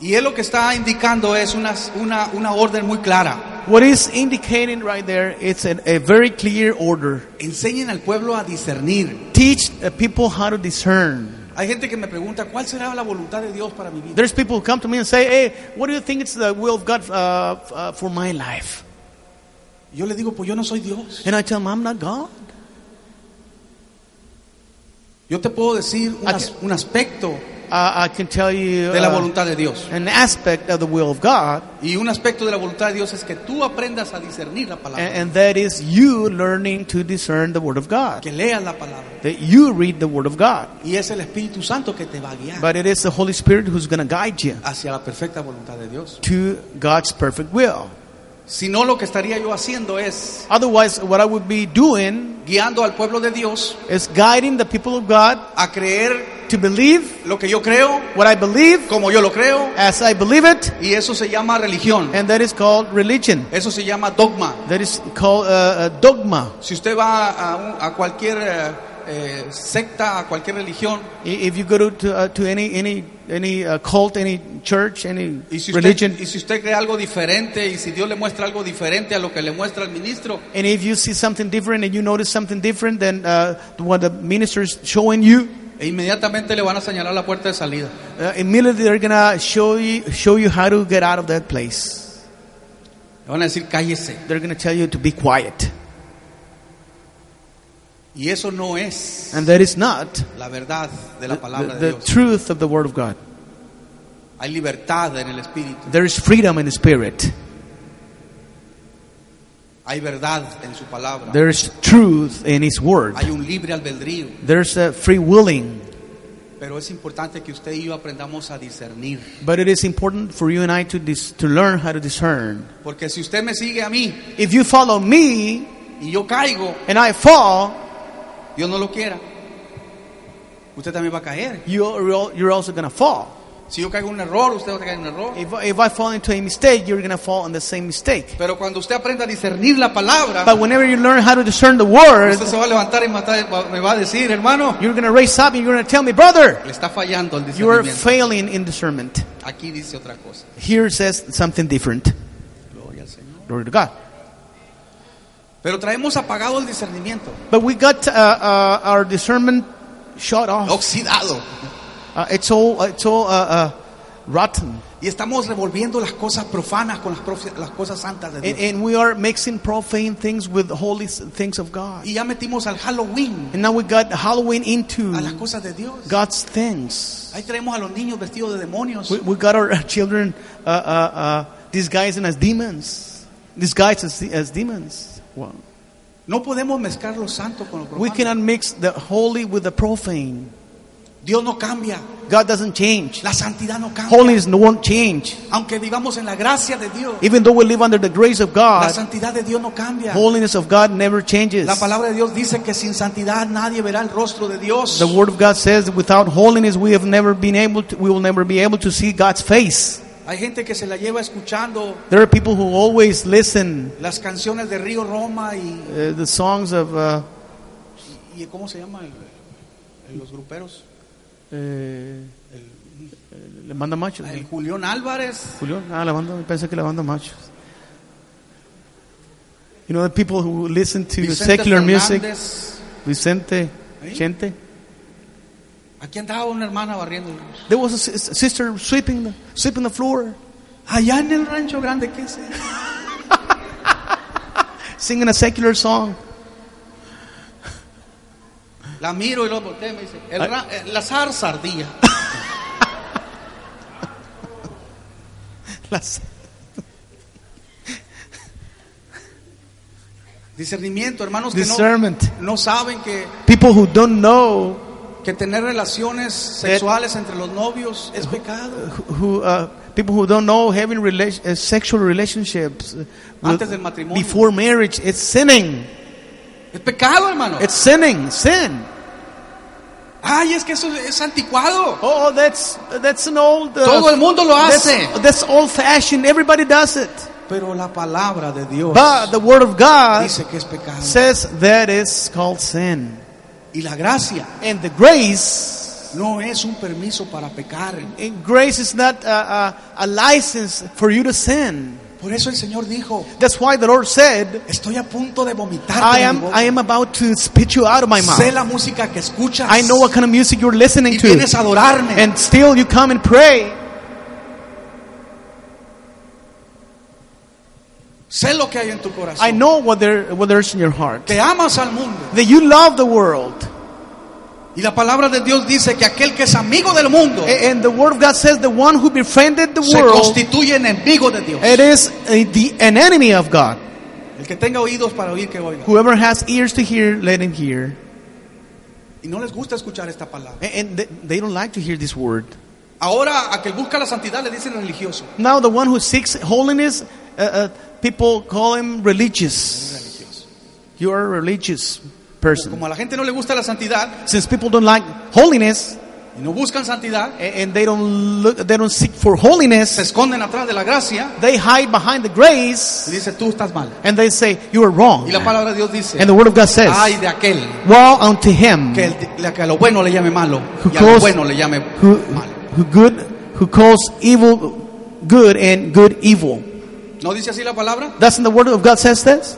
F: Y él lo que está indicando es una, una, una orden muy clara.
C: What is indicating right there, it's an, a very clear order.
F: Enseñen al pueblo a discernir.
C: Teach the people how to discern.
F: Hay gente que me pregunta, ¿cuál será la voluntad de Dios para mi vida?
C: There's people who come to me and say, hey, what do you think is the will of God uh, uh, for my life?
F: Yo le digo, pues yo no soy Dios.
C: And I tell them, I'm not God.
F: Yo te puedo decir un,
C: Aquí-
F: as- un aspecto
C: Uh, I can tell you
F: de la
C: uh,
F: voluntad de Dios.
C: an aspect of the will of God,
F: Y un aspecto de la voluntad de Dios es que tú aprendas a discernir la palabra.
C: and, and that is you learning to discern the Word of God,
F: que leas la palabra.
C: that you read the Word of God.
F: Y es el Espíritu Santo que te va a guiar
C: But it is the Holy Spirit who's going to guide you
F: hacia la perfecta voluntad de Dios.
C: to God's perfect will.
F: Si no, lo que estaría yo haciendo es
C: Otherwise, what I would be doing
F: guiando al pueblo de Dios
C: is guiding the people of God
F: a creer
C: to believe
F: lo que yo creo,
C: what I believe
F: como yo lo creo.
C: as I believe it,
F: Y eso se llama religión.
C: and that is called religion.
F: Eso se llama dogma.
C: That is called uh, uh, dogma.
F: Si usted va a, un- a cualquier eh, eh, secta, a cualquier religión,
C: I- If you go to to, uh, to any any any uh, cult, any church, any
F: y si,
C: religion,
F: usted, y si usted cree algo diferente, y si Dios le muestra algo diferente a lo que le muestra el ministro,
C: And if you see something different and you notice something different than uh, what the minister is showing you,
F: e inmediatamente le van a señalar la puerta de salida.
C: uh, immediately they're gonna show you show you how to get out of that place.
F: Le van a decir cállese.
C: They're gonna tell you to be quiet,
F: Y eso no es
C: and that is not
F: la verdad
C: the,
F: de la
C: the-
F: palabra de
C: the
F: Dios.
C: truth of the Word of God.
F: Hay libertad en el Espíritu,
C: There is freedom in the Spirit.
F: hay verdad en su palabra,
C: There is truth in His Word.
F: hay un libre albedrío.
C: There's a free willing,
F: Pero es importante que usted y yo aprendamos a discernir.
C: but it is important for you and I to dis- to learn how to discern.
F: Porque si usted me sigue a mí
C: If you follow me
F: y yo caigo,
C: and I fall,
F: Dios no lo quiera, usted también va a caer.
C: you're al- you're also gonna fall.
F: Si yo caigo en un error, usted va a caer en un error.
C: If, if I fall into a mistake, you're going to fall in the same mistake.
F: Pero cuando usted aprenda a discernir la palabra,
C: But whenever you learn how to discern the word,
F: usted se va a levantar y matar- va- me va a decir, hermano,
C: you're going to raise up and you're going to tell me, brother,
F: le está fallando el
C: you are
F: discernimiento.
C: failing in discernment.
F: Aquí dice otra cosa.
C: Here it says something different.
F: Gloria al Señor.
C: Glory to God.
F: Pero traemos apagado el discernimiento,
C: But we got uh, uh, our discernment shut off.
F: oxidado.
C: Uh, it's all, it's all uh, uh, rotten.
F: Y estamos revolviendo las cosas profanas con las, profe- las cosas santas de Dios.
C: And, and we are mixing profane things with holy s- things of God.
F: y ya metimos al Halloween,
C: And now we got Halloween
F: a las
C: into
F: cosas de Dios.
C: God's things.
F: Ahí traemos a los niños vestidos de demonios.
C: We, we got our children uh, uh, uh, disguising as demons, disguised as, as demons. Wow.
F: No podemos mezclar lo santo con lo
C: We
F: profano.
C: cannot mix the holy with the profane.
F: Dios no cambia,
C: God doesn't change.
F: la santidad no cambia.
C: Holiness won't change.
F: Aunque vivamos en la gracia de Dios,
C: Even though we live under the grace of
F: la
C: God,
F: santidad de Dios no cambia.
C: holiness of God never changes.
F: La palabra de Dios dice que sin santidad nadie verá el rostro de Dios.
C: The word of God says that without holiness we have never been able to, we will never be able to see God's face.
F: Hay gente que se la lleva escuchando
C: There are people who always listen
F: las canciones de Río Roma y,
C: uh, the songs of uh,
F: y ¿cómo se llama? El- el- los gruperos.
C: uh, la banda machos.
F: El Julián Álvarez.
C: Julio, ah, la banda, pensé que la banda machos. You know the people who listen to
F: Vicente
C: secular music,
F: Fernández.
C: Vicente,
F: ¿Eh?
C: Chente.
F: Aquí andaba una hermana barriendo.
C: There was a sis- sister sweeping the, sweeping the floor,
F: Allá en el rancho grande, ¿qué es?
C: singing a secular song.
F: La miro y lo volteo y me dice,
C: Ah.
F: el ra- eh, la zarza ardía.
C: Las-
F: Discernimiento, hermanos que no,
C: Discernment.
F: no saben que,
C: People who don't know
F: que tener relaciones
C: Eh.
F: sexuales entre los novios es pecado.
C: who uh, people who don't know having rela- uh, sexual relationships uh,
F: Antes del matrimonio.
C: before marriage it's sinning
F: Es pecado, hermano.
C: it's sinning sin
F: Ay, es que eso es anticuado.
C: oh that's that's an old uh,
F: Todo el mundo lo hace.
C: that's, that's old fashioned everybody does it
F: Pero la palabra de Dios
C: but the word of God
F: dice que es pecado.
C: says that is called sin
F: Y la gracia
C: and the grace
F: no es un permiso para pecar.
C: and grace is not uh, uh, a license for you to sin
F: Por eso el Señor dijo,
C: that's why the Lord said
F: estoy a punto de vomitar.
C: I am I am about to spit you out of my mouth
F: Sé la música que escuchas.
C: I know what kind of music you're listening
F: y
C: to
F: vienes a adorarme.
C: and still you come and pray.
F: sé lo que hay en tu corazón.
C: I know what there what there's in your heart.
F: Te amas al mundo.
C: That you love the world,
F: Y la palabra de Dios dice que aquel que es amigo del mundo
C: A- and the Word of God says the one who befriended the
F: se
C: Eh, world, Eh,
F: constituye enemigo de Dios.
C: it is a, the an enemy of God.
F: El que tenga oídos para oír que oiga.
C: Whoever has ears to hear, let him hear.
F: Y no les gusta escuchar esta palabra. Eh,
C: A- And th- they don't like to hear this word.
F: Ahora, a que busca la santidad le dicen religioso.
C: Now the one who seeks holiness, uh, uh, people call him religious.
F: Religioso.
C: You are a religious person.
F: Como a la gente no le gusta la santidad
C: Since people don't like holiness,
F: y no buscan santidad,
C: a- and they don't look, they don't seek for holiness,
F: se esconden atrás de la gracia
C: They hide behind the grace
F: y dice tú estás mal.
C: and they say, You are wrong.
F: Y la palabra de Dios dice,
C: And the word of God says,
F: ay de aquel
C: Woe unto him
F: que, el- que a lo bueno le llame malo
C: Who
F: y a lo
C: calls-
F: bueno le llame
C: who,
F: malo.
C: who, good, who calls evil good and good evil.
F: ¿No dice así la palabra?
C: Doesn't the word of God says this?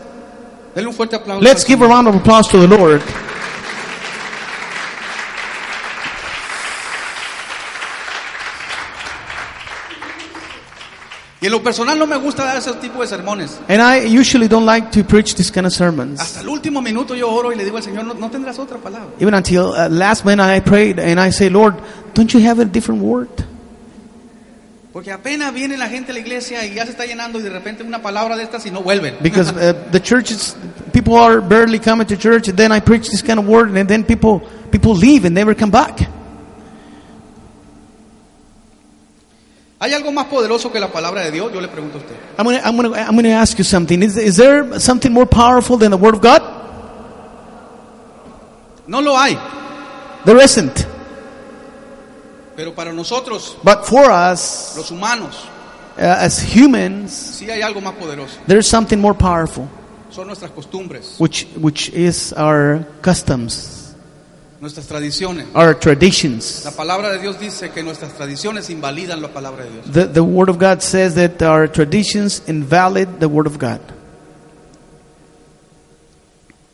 F: Denle un fuerte aplauso.
C: Let's
F: al
C: give a
F: Señor.
C: round of applause to the Lord.
F: Y en lo personal no me gusta dar ese tipo de sermones.
C: And I usually don't like to preach this kind of sermons.
F: Hasta el último minuto yo oro y le digo al Señor, no, no tendrás otra palabra.
C: Even until uh, last minute I prayed and I say, Lord, don't you have a different word?
F: Porque apenas viene la gente a la iglesia y ya se está llenando y de repente una palabra de estas y no vuelven.
C: Because uh, the churches, people are barely coming to church and then I preach this kind of word and then people, people leave and never come back.
F: ¿Hay algo más poderoso que la palabra de Dios? Yo le pregunto a usted.
C: I'm going to I'm gonna, I'm gonna ask you something. Is, is there something more powerful than the Word of God?
F: No lo hay.
C: There isn't.
F: Pero para nosotros,
C: But for us,
F: los humanos,
C: uh, as humans,
F: sí hay algo más poderoso.
C: there's something more powerful,
F: Son nuestras costumbres,
C: which, which is our customs,
F: nuestras tradiciones.
C: our traditions.
F: La palabra de Dios dice que nuestras tradiciones invalidan la palabra de Dios.
C: The, the Word of God says that our traditions invalid the Word of God.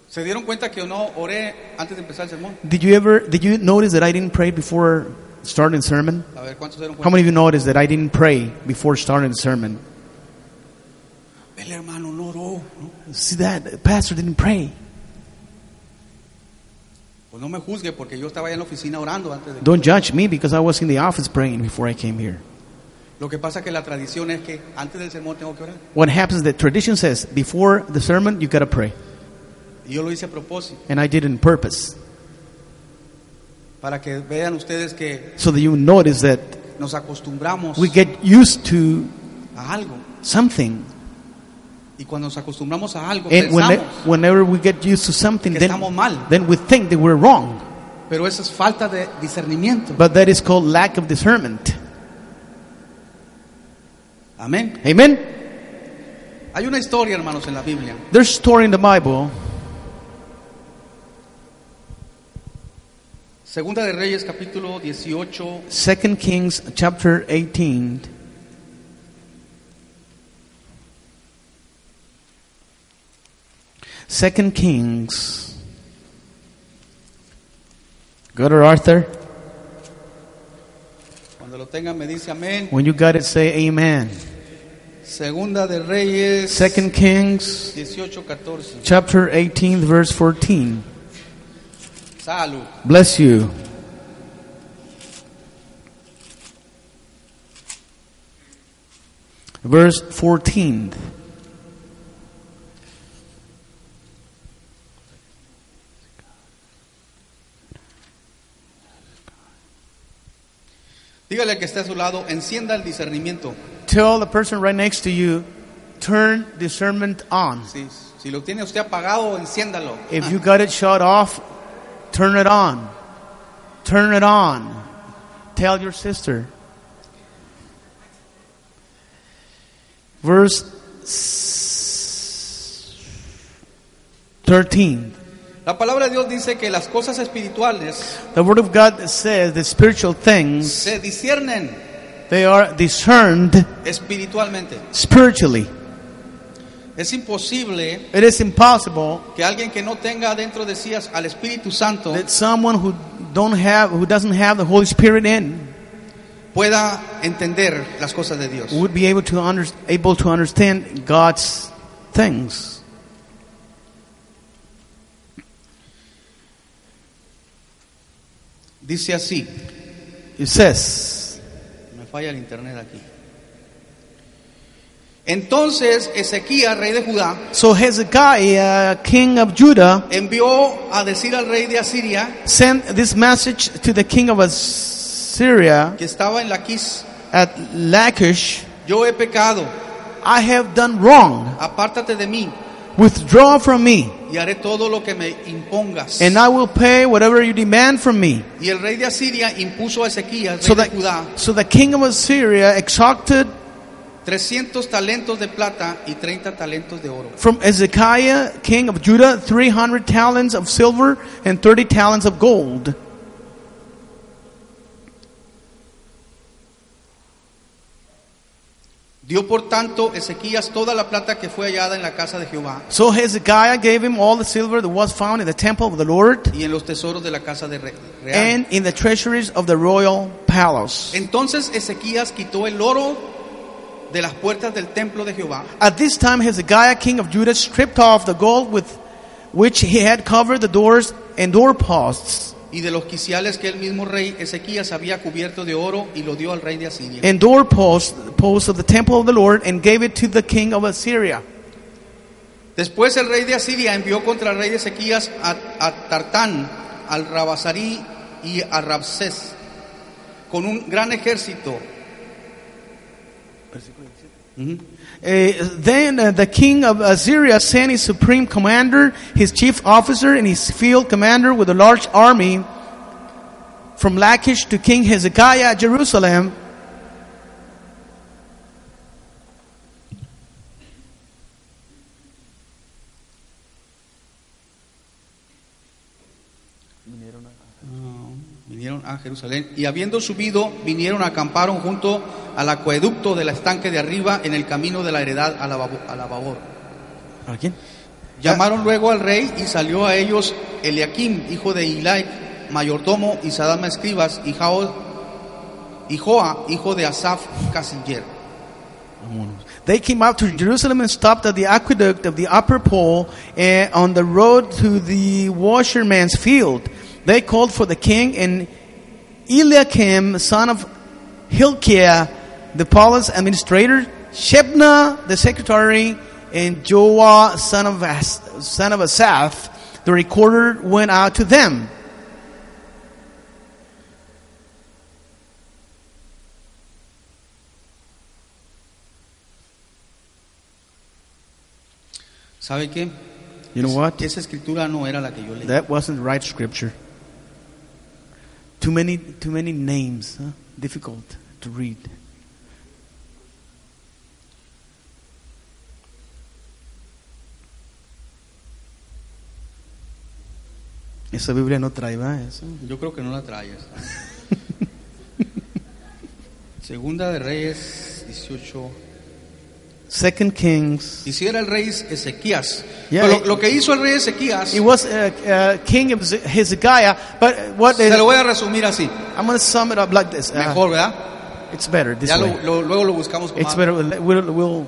F: ¿Se dieron cuenta que no oré antes de empezar el sermón?
C: Did you ever, did you notice that I didn't pray before starting sermon?
F: A ver, ¿cuántos se dieron
C: How
F: cuenta?
C: many of you noticed that I didn't pray before starting the sermon?
F: El hermano no oró. ¿no?
C: See that? The pastor didn't pray.
F: Pues no me juzgue porque yo estaba allá en la oficina orando antes de...
C: Don't judge me because I was in the office praying before I came here.
F: Lo que pasa es que la tradición es que antes del sermón tengo que orar.
C: What happens, the tradition says, before the sermon, you gotta pray.
F: Y yo lo hice a propósito,
C: And I did it on purpose.
F: para que vean ustedes que
C: So that you notice that
F: nos acostumbramos
C: we get used to
F: a algo.
C: something.
F: Y cuando nos acostumbramos a algo,
C: And
F: pensamos.
C: when, whenever we get used to something,
F: Que estamos
C: then,
F: mal.
C: then we think that we're wrong.
F: Pero eso es falta de discernimiento.
C: But that is called lack of discernment.
F: Amén.
C: Amen?
F: Hay una historia, hermanos, en la Biblia.
C: There's a story in the Bible,
F: Segunda de Reyes, capítulo 18,
C: 2 Kings chapter 18. Second Kings. Go to Arthur.
F: Cuando lo tengan me dice amén.
C: When you got it, say amen.
F: Segunda de Reyes
C: Second Kings
F: 18, 14.
C: chapter 18 verse 14.
F: Salud.
C: Bless you. Verse 14.
F: Dígale al que está a su lado, encienda el discernimiento.
C: Tell the person right next to you, turn discernment on.
F: Si, si lo tiene usted apagado, enciéndalo.
C: If you got it shut off, turn it on. Turn it on. Tell your sister. Verse s- 13.
F: La palabra de Dios dice que las cosas espirituales
C: The word of God says the spiritual things
F: se disciernen
C: they are discerned
F: espiritualmente.
C: spiritually.
F: Es imposible
C: It is impossible
F: que alguien que no tenga dentro de sí as- al Espíritu Santo
C: that someone who don't have who doesn't have the Holy Spirit in
F: pueda entender las cosas de Dios.
C: would be able to under, able to understand God's things.
F: Dice así,
C: It says,
F: me falla el internet aquí. Entonces Ezequías, rey de Judá,
C: so Hezekiah, king of Judah,
F: envió a decir al rey de Asiria
C: sent this message to the king of Assyria
F: que estaba en Laquis,
C: at Lachish:
F: yo he pecado,
C: I have done wrong.
F: apártate de mí
C: Withdraw from me,
F: y haré todo lo que me impongas.
C: and I will pay whatever you demand from me.
F: y el rey de Asiria impuso a Ezequías, rey
C: So
F: de
C: that
F: Judá,
C: so the king of Assyria exacted
F: 300 talentos de plata y 30 talentos de oro.
C: from Hezekiah, king of Judah, 300 talents of silver and 30 talents of gold.
F: Dio por tanto Ezequías toda la plata que fue hallada en la casa de Jehová
C: So Hezekiah gave him all the silver that was found in the temple of the Lord
F: y en los tesoros de la casa de re- real.
C: and in the treasuries of the royal palace.
F: Entonces Ezequías quitó el oro de las puertas del templo de Jehová
C: At this time, Hezekiah, king of Judah, stripped off the gold with which he had covered the doors and doorposts
F: y de los quiciales que el mismo rey Ezequías había cubierto de oro y lo dio al rey de Asiria.
C: and doorposts posts of the temple of the Lord and gave it to the king of Assyria.
F: Después el rey de Asiria envió contra el rey de Ezequías a, a Tartán, al Rabasarí y a Rabsés con un gran ejército.
C: Uh, then uh, the king of Assyria sent his supreme commander, his chief officer, and his field commander with a large army from Lachish to King Hezekiah at Jerusalem.
F: Vinieron a Jerusalén y habiendo subido, vinieron, acamparon junto al acueducto del estanque de arriba en el camino de la heredad a la, Babo- a la Babor. Llamaron luego al rey y salió a ellos Eliakim, hijo de Hilai, mayordomo, y Sadama escribas, y Jao y Joa, hijo de Asaf, canciller.
C: They came up to Jerusalem and stopped at the aqueduct of the upper pool eh, on the road to the washerman's field. They called for the king and Eliakim, son of Hilkiah, the palace administrator, Shebna, the secretary, and Joah, son of, As- son of Asaph, the recorder, went out to them.
F: ¿Sabe qué?
C: You know what?
F: Esa escritura no era la que yo leí.
C: That wasn't the right scripture. Too many, too many names, huh? difficult to read. Esa Biblia no trae, ¿va? Eso.
F: Yo creo que no la traes. Segunda de Reyes 18.
C: Second Kings.
F: Hiciera el rey Ezequías.
C: Yeah,
F: Pero lo,
C: it-
F: lo que hizo el rey Ezequías,
C: It was uh, uh, King of Ze- Hezekiah, but what
F: se
C: is,
F: lo voy a resumir así.
C: I'm going to sum it up like this. Uh,
F: Mejor, ¿verdad?
C: it's better this
F: Ya lo-
C: way.
F: lo- luego lo buscamos con
C: It's
F: más.
C: better. We'll, we'll,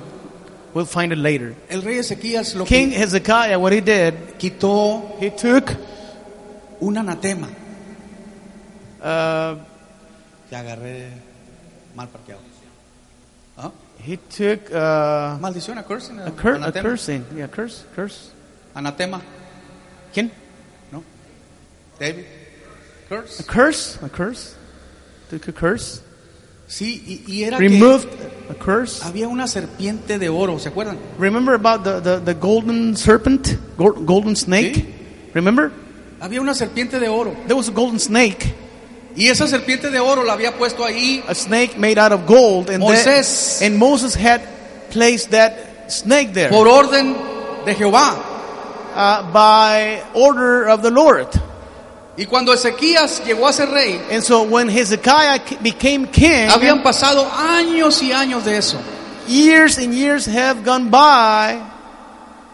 C: we'll find it later.
F: El rey Ezequías lo
C: King
F: que
C: Hezekiah, what he did,
F: quitó
C: he took
F: un anatema.
C: uh,
F: Te agarré mal parqueado. ¿Ah?
C: he took uh,
F: Maldición, a cursing.
C: a, cur- a
F: anatema.
C: cursing, yeah, curse, curse.
F: Anatema,
C: Kin?
F: ¿no? David.
C: A
F: Curse.
C: curse, a curse. Took a curse.
F: Sí, y, y era
C: Removed a curse.
F: que había una serpiente de oro, ¿se acuerdan?
C: Remember about the, the, the golden serpent, Gol- golden snake.
F: Sí.
C: Remember,
F: Había una serpiente de oro.
C: there was a golden snake,
F: Y esa serpiente de oro la había puesto ahí
C: a snake made out of gold, and that-
F: Moisés.
C: and Moses had placed that snake there
F: por orden de Jehová.
C: uh, by order of the Lord.
F: Y cuando Ezequías llegó a ser rey,
C: And so when Hezekiah c- became king,
F: habían pasado años y años de eso.
C: years and years have gone by,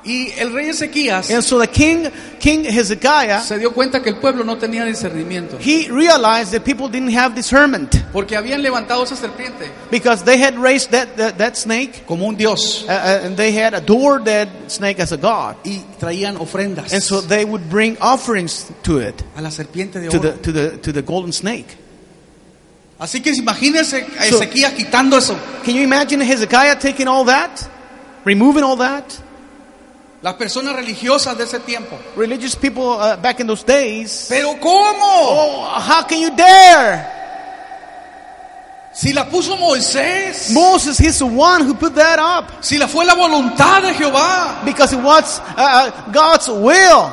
F: Y el rey Ezequías
C: and so the king, King Hezekiah,
F: se dio cuenta que el pueblo no tenía discernimiento,
C: he realized that people didn't have discernment
F: porque habían levantado esa serpiente
C: because they had raised that that, that snake
F: como un dios
C: uh, uh, and they had adored that snake as a god,
F: y traían ofrendas
C: and so they would bring offerings to it,
F: a la serpiente de
C: to
F: oro.
C: the to the to the golden snake.
F: Así que imagínense a
C: So-
F: Ezequías quitando eso.
C: Can you imagine Hezekiah taking all that, removing all that?
F: Las personas religiosas de ese tiempo.
C: Religious people uh, back in those days.
F: Pero ¿cómo?
C: Oh, how can you dare?
F: Si la puso Moisés,
C: Moses, he's the one who put that up.
F: si la fue la voluntad de Jehová,
C: Because it was uh, uh, God's will.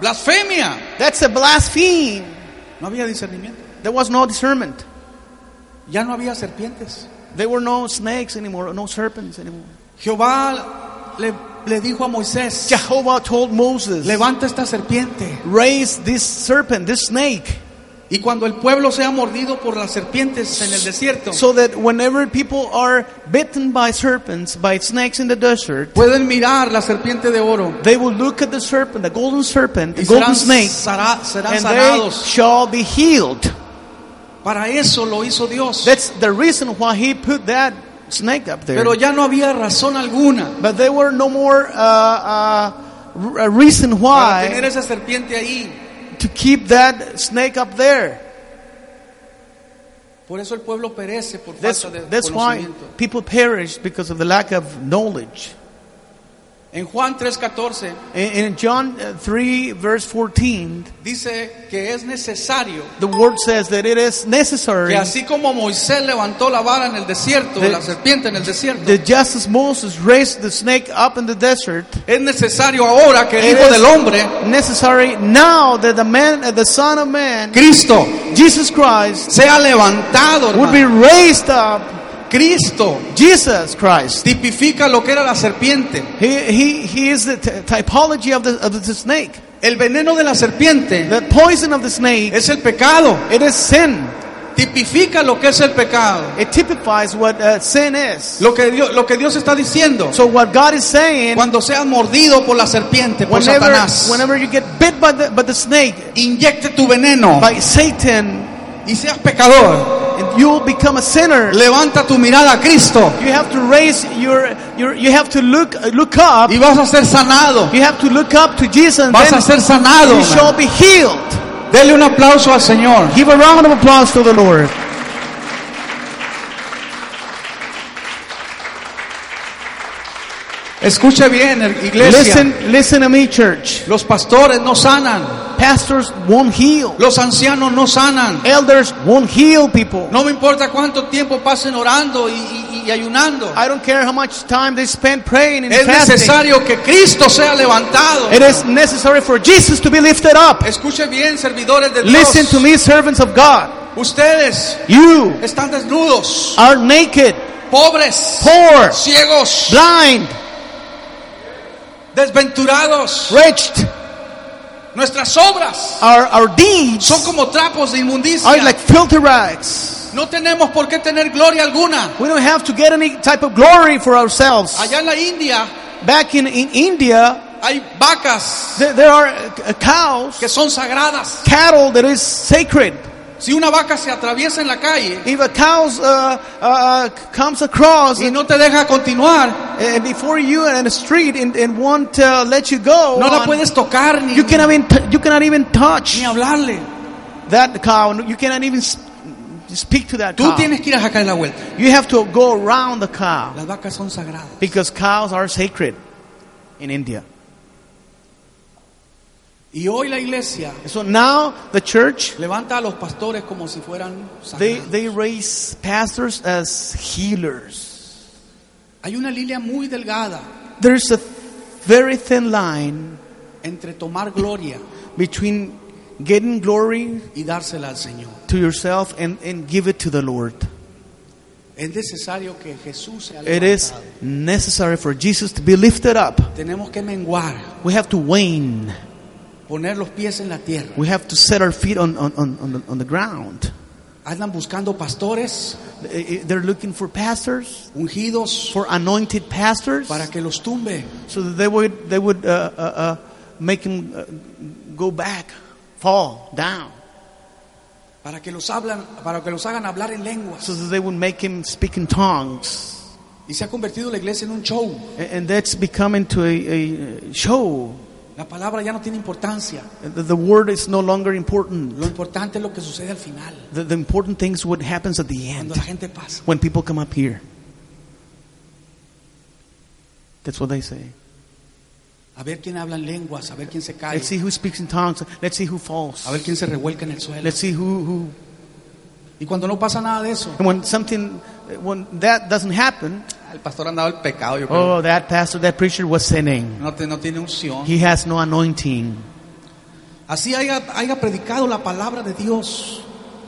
F: blasfemia.
C: That's a blaspheme.
F: No había discernimiento.
C: There was no discernment.
F: Ya no había serpientes.
C: There were no snakes anymore, no serpents anymore.
F: Jehová le, le dijo a Moisés,
C: Jehovah told Moses,
F: levanta esta serpiente.
C: raise this serpent, this snake,
F: Y cuando el pueblo sea mordido por las serpientes en el desierto,
C: so that whenever people are bitten by serpents, by snakes in the desert,
F: pueden mirar la serpiente de oro
C: they will look at the serpent, the golden serpent, the
F: y
C: golden
F: serán,
C: snake,
F: sara- serán
C: and they
F: sanados.
C: shall be healed.
F: Para eso lo hizo Dios.
C: That's the reason why he put that snake up there.
F: Pero ya no había razón alguna
C: But there were no more uh, uh, r- uh, reason
F: para tener
C: why
F: esa serpiente ahí.
C: to keep that snake up there.
F: Por eso el pueblo perece por
C: That's,
F: falta de
C: that's why
F: conocimiento.
C: people perished because of the lack of knowledge.
F: En Juan 3:14
C: In, in John uh, 3, verse 14,
F: dice que es necesario
C: the word says that it is necessary
F: que así como Moisés levantó la vara en el desierto,
C: De-
F: la serpiente en el desierto,
C: that just as Moses raised the snake up in the desert,
F: es necesario ahora que el
C: it
F: Hijo
C: is
F: del Hombre,
C: necessary now that the man, uh, the Son of Man,
F: Cristo,
C: Jesus Christ,
F: sea levantado.
C: would be
F: hermano.
C: raised up.
F: Cristo
C: Jesus Christ.
F: tipifica lo que era la serpiente.
C: He, he, he is the t- typology of the, of the snake.
F: El veneno de la serpiente
C: The poison of the snake,
F: es el pecado.
C: it is sin.
F: Tipifica lo que es el pecado.
C: It typifies what uh, sin is.
F: Lo que Dios, lo que Dios está diciendo.
C: So what God is saying,
F: Cuando seas mordido por la serpiente, por
C: whenever,
F: Satanás,
C: whenever you get bit by the, by the snake,
F: inyecte tu veneno
C: by Satan,
F: y seas pecador.
C: and you will become a sinner.
F: Levanta tu mirada a Cristo
C: You have to raise your, your you have to look look up.
F: y vas a ser sanado.
C: You have to look up to Jesus and
F: Vas
C: then
F: a ser sanado.
C: you
F: man.
C: shall be healed.
F: Dele un aplauso al Señor.
C: Give a round of applause to the Lord.
F: Escuche bien, er- iglesia.
C: Listen listen to me church.
F: Los pastores no sanan.
C: Pastors won't heal.
F: Los ancianos no sanan.
C: Elders won't heal people.
F: No me importa cuánto tiempo pasen orando y, y- y ayunando.
C: I don't care how much time they spend praying and
F: Es
C: fasting.
F: necesario que Cristo sea levantado.
C: It is necessary for Jesus to be lifted up.
F: Escuche bien, servidores de Dios.
C: Listen to me, servants of God.
F: Ustedes
C: You
F: están desnudos,
C: are naked,
F: pobres,
C: poor,
F: ciegos,
C: blind,
F: desventurados.
C: wretched.
F: Nuestras obras
C: Our, our deeds
F: son como trapos de
C: are like
F: inmundicia.
C: filter rags.
F: No tenemos por qué tener gloria alguna.
C: We don't have to get any type of glory for ourselves.
F: Allá en la India
C: Back in, in India,
F: hay vacas
C: there, there are uh, cows,
F: que son sagradas.
C: cattle that is sacred.
F: Si una vaca se atraviesa en la calle
C: If a cow uh, uh, comes across
F: y no te deja continuar,
C: and Eh, before you in the street and, and won't uh, let you go,
F: no la
C: on-
F: puedes tocar ni,
C: you cannot even t- you cannot even touch
F: ni hablarle.
C: that cow. You cannot even s- speak to that
F: Tú
C: cow.
F: tienes que ir a sacar la vuelta.
C: You have to go around the cow
F: Las vacas son sagradas.
C: because cows are sacred in India.
F: Y hoy la iglesia
C: So now the church
F: levanta a los pastores como si fueran sagrados.
C: they they raise pastors as healers.
F: Hay una línea muy delgada
C: There's a very thin line
F: entre tomar gloria
C: between getting glory
F: y dársela al Señor.
C: to yourself and, and give it to the Lord.
F: Es necesario que Jesús sea
C: It is
F: levantado.
C: necessary for Jesus to be lifted up.
F: Tenemos que menguar,
C: We have to wane.
F: poner los pies en la tierra.
C: We have to set our feet on, on, on, on, the, on the ground.
F: Andan buscando pastores
C: They're looking for pastors,
F: ungidos
C: for anointed pastors,
F: para que los tumbe.
C: so that they would, they would uh, uh, uh, make him uh, go back, fall down,
F: Para que los hablan, para que los hagan hablar en lenguas.
C: so that they would make him speak in tongues.
F: Y se ha convertido la iglesia en un show.
C: A- And that's becoming to a, a show.
F: La palabra ya no tiene importancia.
C: The, the word is no longer
F: Lo
C: important.
F: importante es lo que sucede al final,
C: The, the important things what happens at the
F: cuando
C: end
F: la gente pasa.
C: when people come up here. That's what they say.
F: A ver quién habla en lenguas, a ver quién se cae,
C: Let's see who speaks in tongues. Let's see who falls.
F: a ver quién se revuelca en el suelo.
C: Let's see who, who
F: Y cuando no pasa nada de eso,
C: And when something, when that doesn't happen,
F: el pastor ha andado el pecado. Yo creo.
C: oh, that pastor, that preacher was sinning.
F: No, te- no tiene unción.
C: He has no anointing.
F: Así haya, haya predicado la palabra de Dios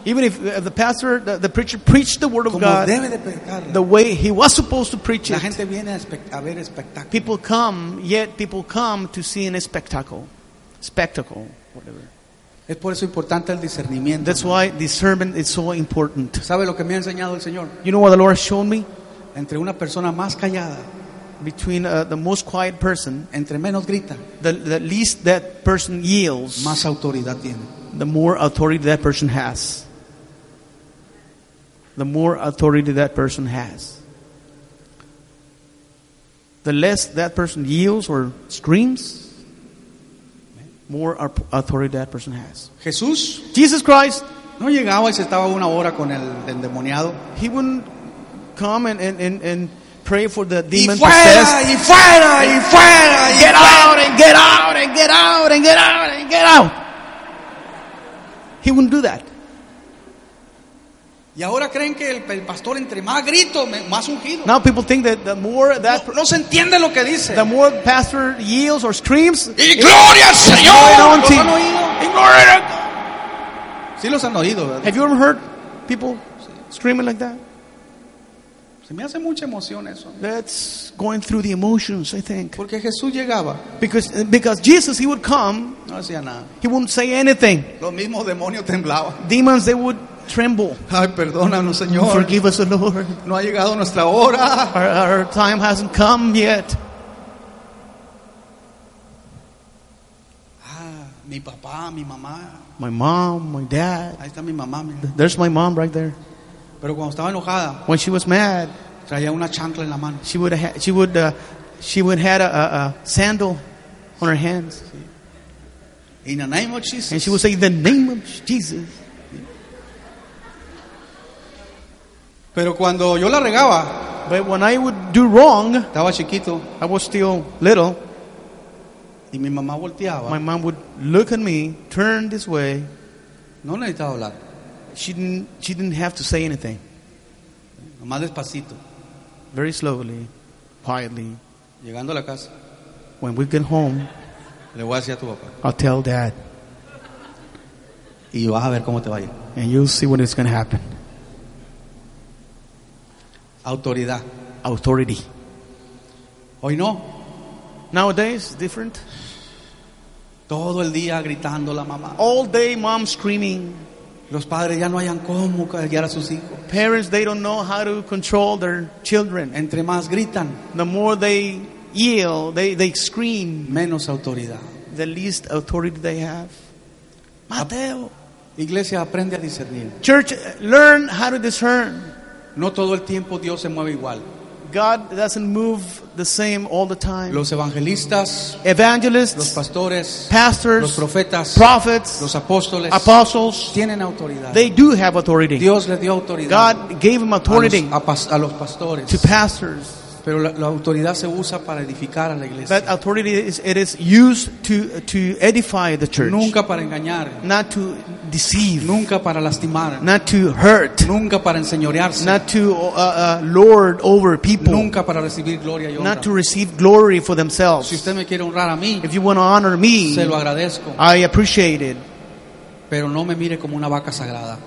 C: Even if uh, the pastor, the, the preacher preached the word of
F: como
C: God
F: debe de predicarla.
C: the way he was supposed to preach
F: La
C: it,
F: gente viene a, espe- a ver espectáculos.
C: people come, yet people come to see in a spectacle. Spectacle, whatever.
F: Es por eso importante el discernimiento.
C: That's why discernment is so important.
F: ¿Sabe lo que me ha enseñado el Señor?
C: You know what the Lord has shown me?
F: Entre una persona más callada,
C: Between uh, the most quiet person,
F: entre menos grita,
C: the, the least that person yields,
F: más autoridad tiene.
C: the more authority that person has. The more authority that person has. The less that person yields or screams, more au- authority that person has.
F: Jesús
C: Jesus Christ,
F: no llegaba y se estaba una hora con el endemoniado.
C: he wouldn't come and, and, and, and pray for the
F: Y
C: demon
F: fuera,
C: possessed.
F: y fuera, y fuera, y
C: Get
F: fuera.
C: out and get out and get out and get out and get out. He wouldn't do that.
F: Y ahora creen que el, el pastor entre más grito, me- más ungido.
C: Now people think that the more that
F: No, no se entiende lo que dice.
C: The more the pastor yields or screams,
F: Y gloria
C: Gloria
F: al Señor.
C: al
F: ¿Los
C: Señor.
F: han oído? Sí los han oído, ¿verdad?
C: have you ever heard people screaming like that?
F: Se me hace mucha emoción eso.
C: That's going through the emotions, I think.
F: Porque Jesús llegaba,
C: Because because Jesus, he would come,
F: no hacía nada.
C: he wouldn't say anything.
F: Los mismos demonios temblaban.
C: Demons, they would tremble.
F: Ay, perdónanos, Señor.
C: Forgive us, O Lord.
F: No ha llegado nuestra hora.
C: Our, our time hasn't come yet.
F: Ah, mi papá, mi mamá.
C: My mom, my dad.
F: Ahí está mi mamá. mira.
C: There's my mom right there.
F: Pero cuando estaba enojada,
C: When she was mad,
F: traía una chancla en la mano.
C: she would have, she would uh, she would had a, a, a sandal on her hands,
F: In the name of Jesus.
C: and she would say, "The name of Jesus."
F: Pero cuando yo la regaba,
C: But when I would do wrong,
F: estaba chiquito
C: I was still little.
F: y mi mamá volteaba.
C: My mom would look at me, turn this way.
F: No necesitaba hablar,
C: She didn't. She didn't have to say anything.
F: nomás despacito,
C: Very slowly, quietly.
F: llegando a la casa.
C: When we get home,
F: Le voy a decir a tu papá.
C: I'll tell dad,
F: Y vas a ver cómo te va a ir.
C: and you'll see what is going to happen.
F: Autoridad.
C: Authority.
F: Hoy no.
C: Nowadays, different.
F: Todo el día gritando la mamá.
C: All day, mom screaming.
F: Los padres ya no hayan cómo guiar a sus hijos.
C: Parents, they don't know how to control their children.
F: Entre más gritan,
C: The more they yell, they, they scream,
F: menos autoridad.
C: the least authority they have.
F: Mateo. Iglesia aprende a discernir.
C: Church, learn how to discern.
F: No todo el tiempo Dios se mueve igual.
C: God doesn't move the same all the time.
F: Los evangelistas, los
C: Evangelists,
F: pastores, los
C: pastors,
F: profetas, los
C: prophets,
F: apóstoles,
C: apostles,
F: tienen autoridad.
C: they do have authority.
F: Dios le dio autoridad
C: God gave them
F: a los,
C: authority
F: a pas- a los
C: to
F: pastores,
C: pastors.
F: pero la, la autoridad se usa para edificar a la
C: That
F: iglesia,
C: authority is it is used to to edify the church,
F: nunca para engañar,
C: not to deceive,
F: nunca para lastimar,
C: not to hurt,
F: nunca para enseñorearse,
C: not to uh, uh, lord over people,
F: nunca para recibir gloria y honra.
C: not to receive glory for
F: Si
C: themselves.
F: usted me quiere honrar a mí,
C: If you want to honor me,
F: se lo agradezco,
C: I appreciate it.
F: pero no me mire como una vaca sagrada.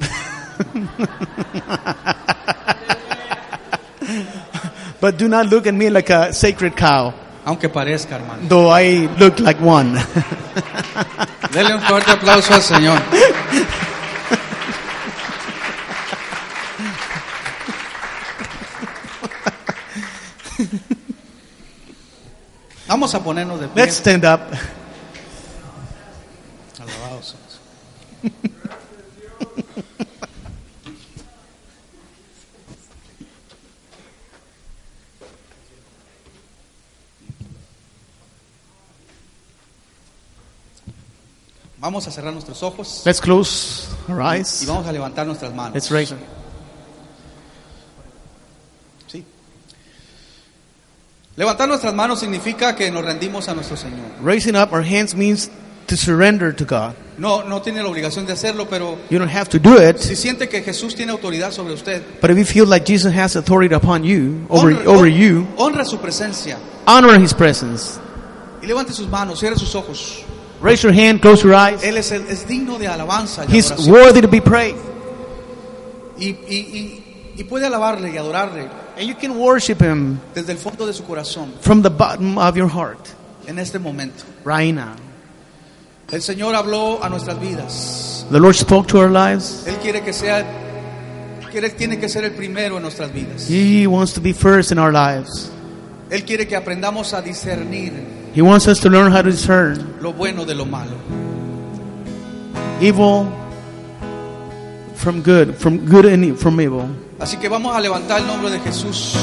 C: But do not look at me like a sacred cow,
F: Aunque parezca, hermano.
C: though I look like one.
F: Dele un fuerte aplauso al Señor. Vamos a ponernos de pie.
C: Let's stand up.
F: Alabado sea Dios. Vamos a cerrar nuestros ojos
C: Let's close our
F: y
C: eyes.
F: vamos a levantar nuestras manos.
C: Let's raise.
F: Sí. Levantar nuestras manos significa que nos rendimos a nuestro Señor.
C: Raising up our hands means to surrender to God.
F: No, no tiene la obligación de hacerlo, pero
C: You don't have to do it.
F: si siente que Jesús tiene autoridad sobre usted,
C: But if you feel like Jesus has authority upon you, over,
F: honre-
C: over you,
F: honra su presencia
C: honor his presence.
F: y levante sus manos, cierre sus ojos.
C: Raise your hand, close your eyes.
F: Él es, el- es digno de alabanza y
C: He's
F: adoración.
C: worthy to be praised.
F: Y, y- y- y puede alabarle y adorarle
C: And you can worship him
F: desde el fondo de su corazón
C: from the bottom of your heart
F: en este momento.
C: right now.
F: El Señor habló a nuestras vidas.
C: The Lord spoke to our lives.
F: Él quiere que sea, quiere, tiene que ser el primero en nuestras vidas.
C: He wants to be first in our lives.
F: Él quiere que aprendamos a discernir
C: He wants us to learn how to discern
F: lo bueno de lo malo.
C: evil from good, from good and from evil.
F: Así que vamos a levantar el nombre de Jesús.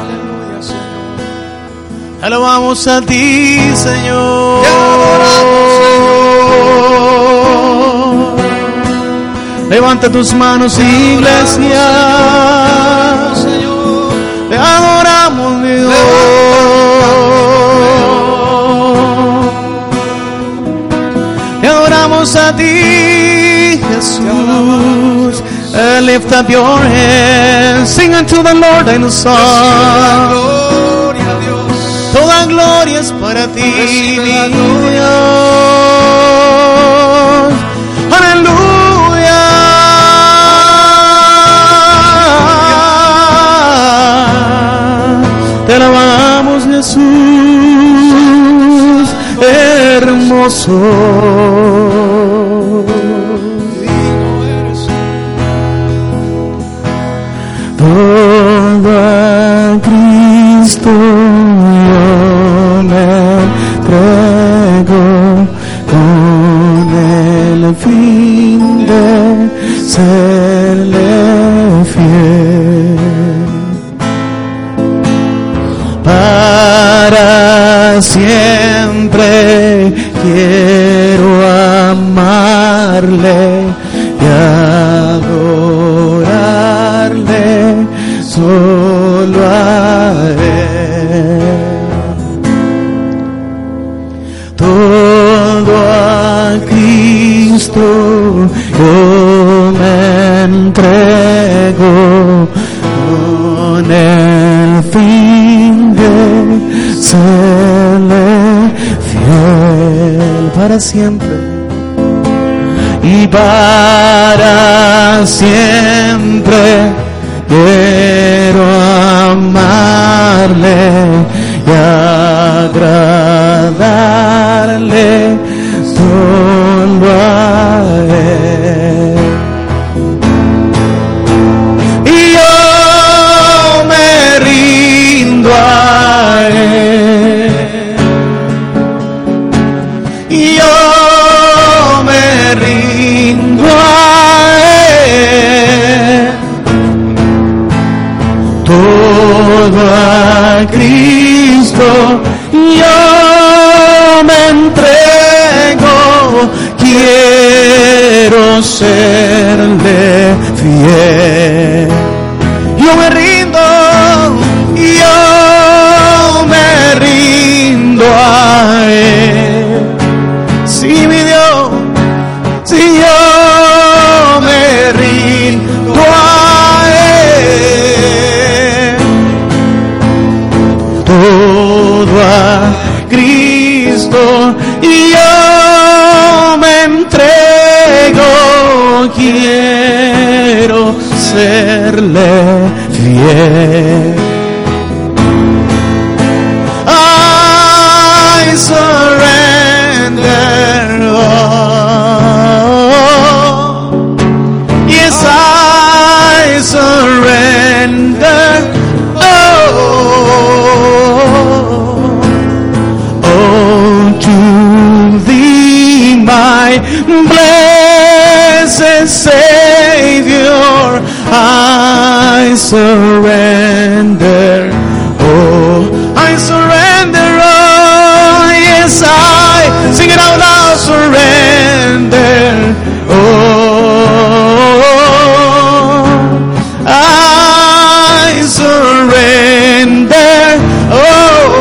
F: Aleluya, Señor.
C: Alabamos a ti, Señor.
F: Te
C: Levanta tus manos, iglesia. Te adoramos, Dios. Te adoramos a ti, Jesús. Uh, lift up your hands, sing unto the Lord and song.
F: Gloria a Dios.
C: Toda gloria es para ti,
F: Recibe la
C: mi
F: gloria.
C: Dios. Aleluya. Te alabamos, Jesús, hermoso.
F: Digno eres
C: Todo a Cristo yo me entrego con el fin de ser amarle, quiero amarle y adorarle solo a él. Todo a Cristo yo me entrego con el fin de serle fiel para siempre y para siempre quiero amarle y agradarle solo a él. Y yo me rindo a él. Y yo me rindo a él. Todo a Cristo yo me entrego. Quiero serle fiel. Yo me rindo, yo me rindo a él. Si mi Dios, si yo me rindo a Él, todo a Cristo y yo me entrego, quiero serle fiel. I surrender all. Yes, I surrender all. Oh, to thee, my blessed Savior, I surrender. Oh, I surrender. Oh, yes, I sing it out loud. Surrender. Oh, I surrender. Oh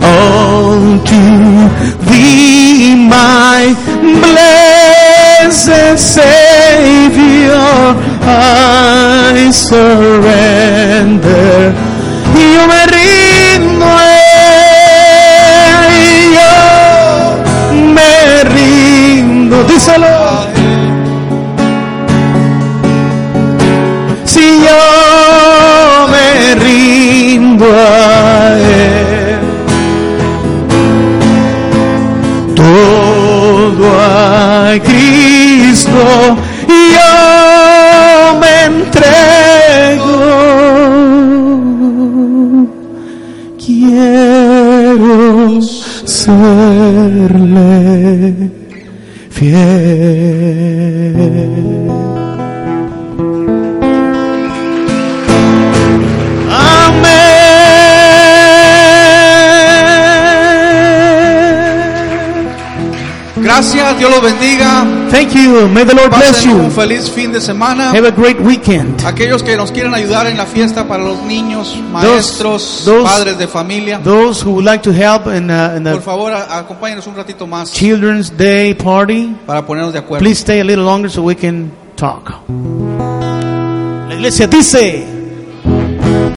C: unto thee, my blessed Savior, I surrender. Yo me rindo a él, yo me rindo. Díselo. si yo me rindo a Él. Todo a Cristo yo me entrego. Quiero serle fiel. Amén.
F: Gracias, Dios los bendiga.
G: Thank you. May the Lord bless
F: Pasen un
G: you.
F: feliz fin de semana.
G: Have a great weekend.
F: Aquellos que nos quieren ayudar en la fiesta para los niños, maestros,
G: those-
F: padres de familia,
G: Those who would like to help in, uh, in
F: por
G: the
F: favor a- acompáñenos un ratito más
G: Children's Day party,
F: para ponernos de acuerdo.
G: please stay a little longer so we can talk. La iglesia dice.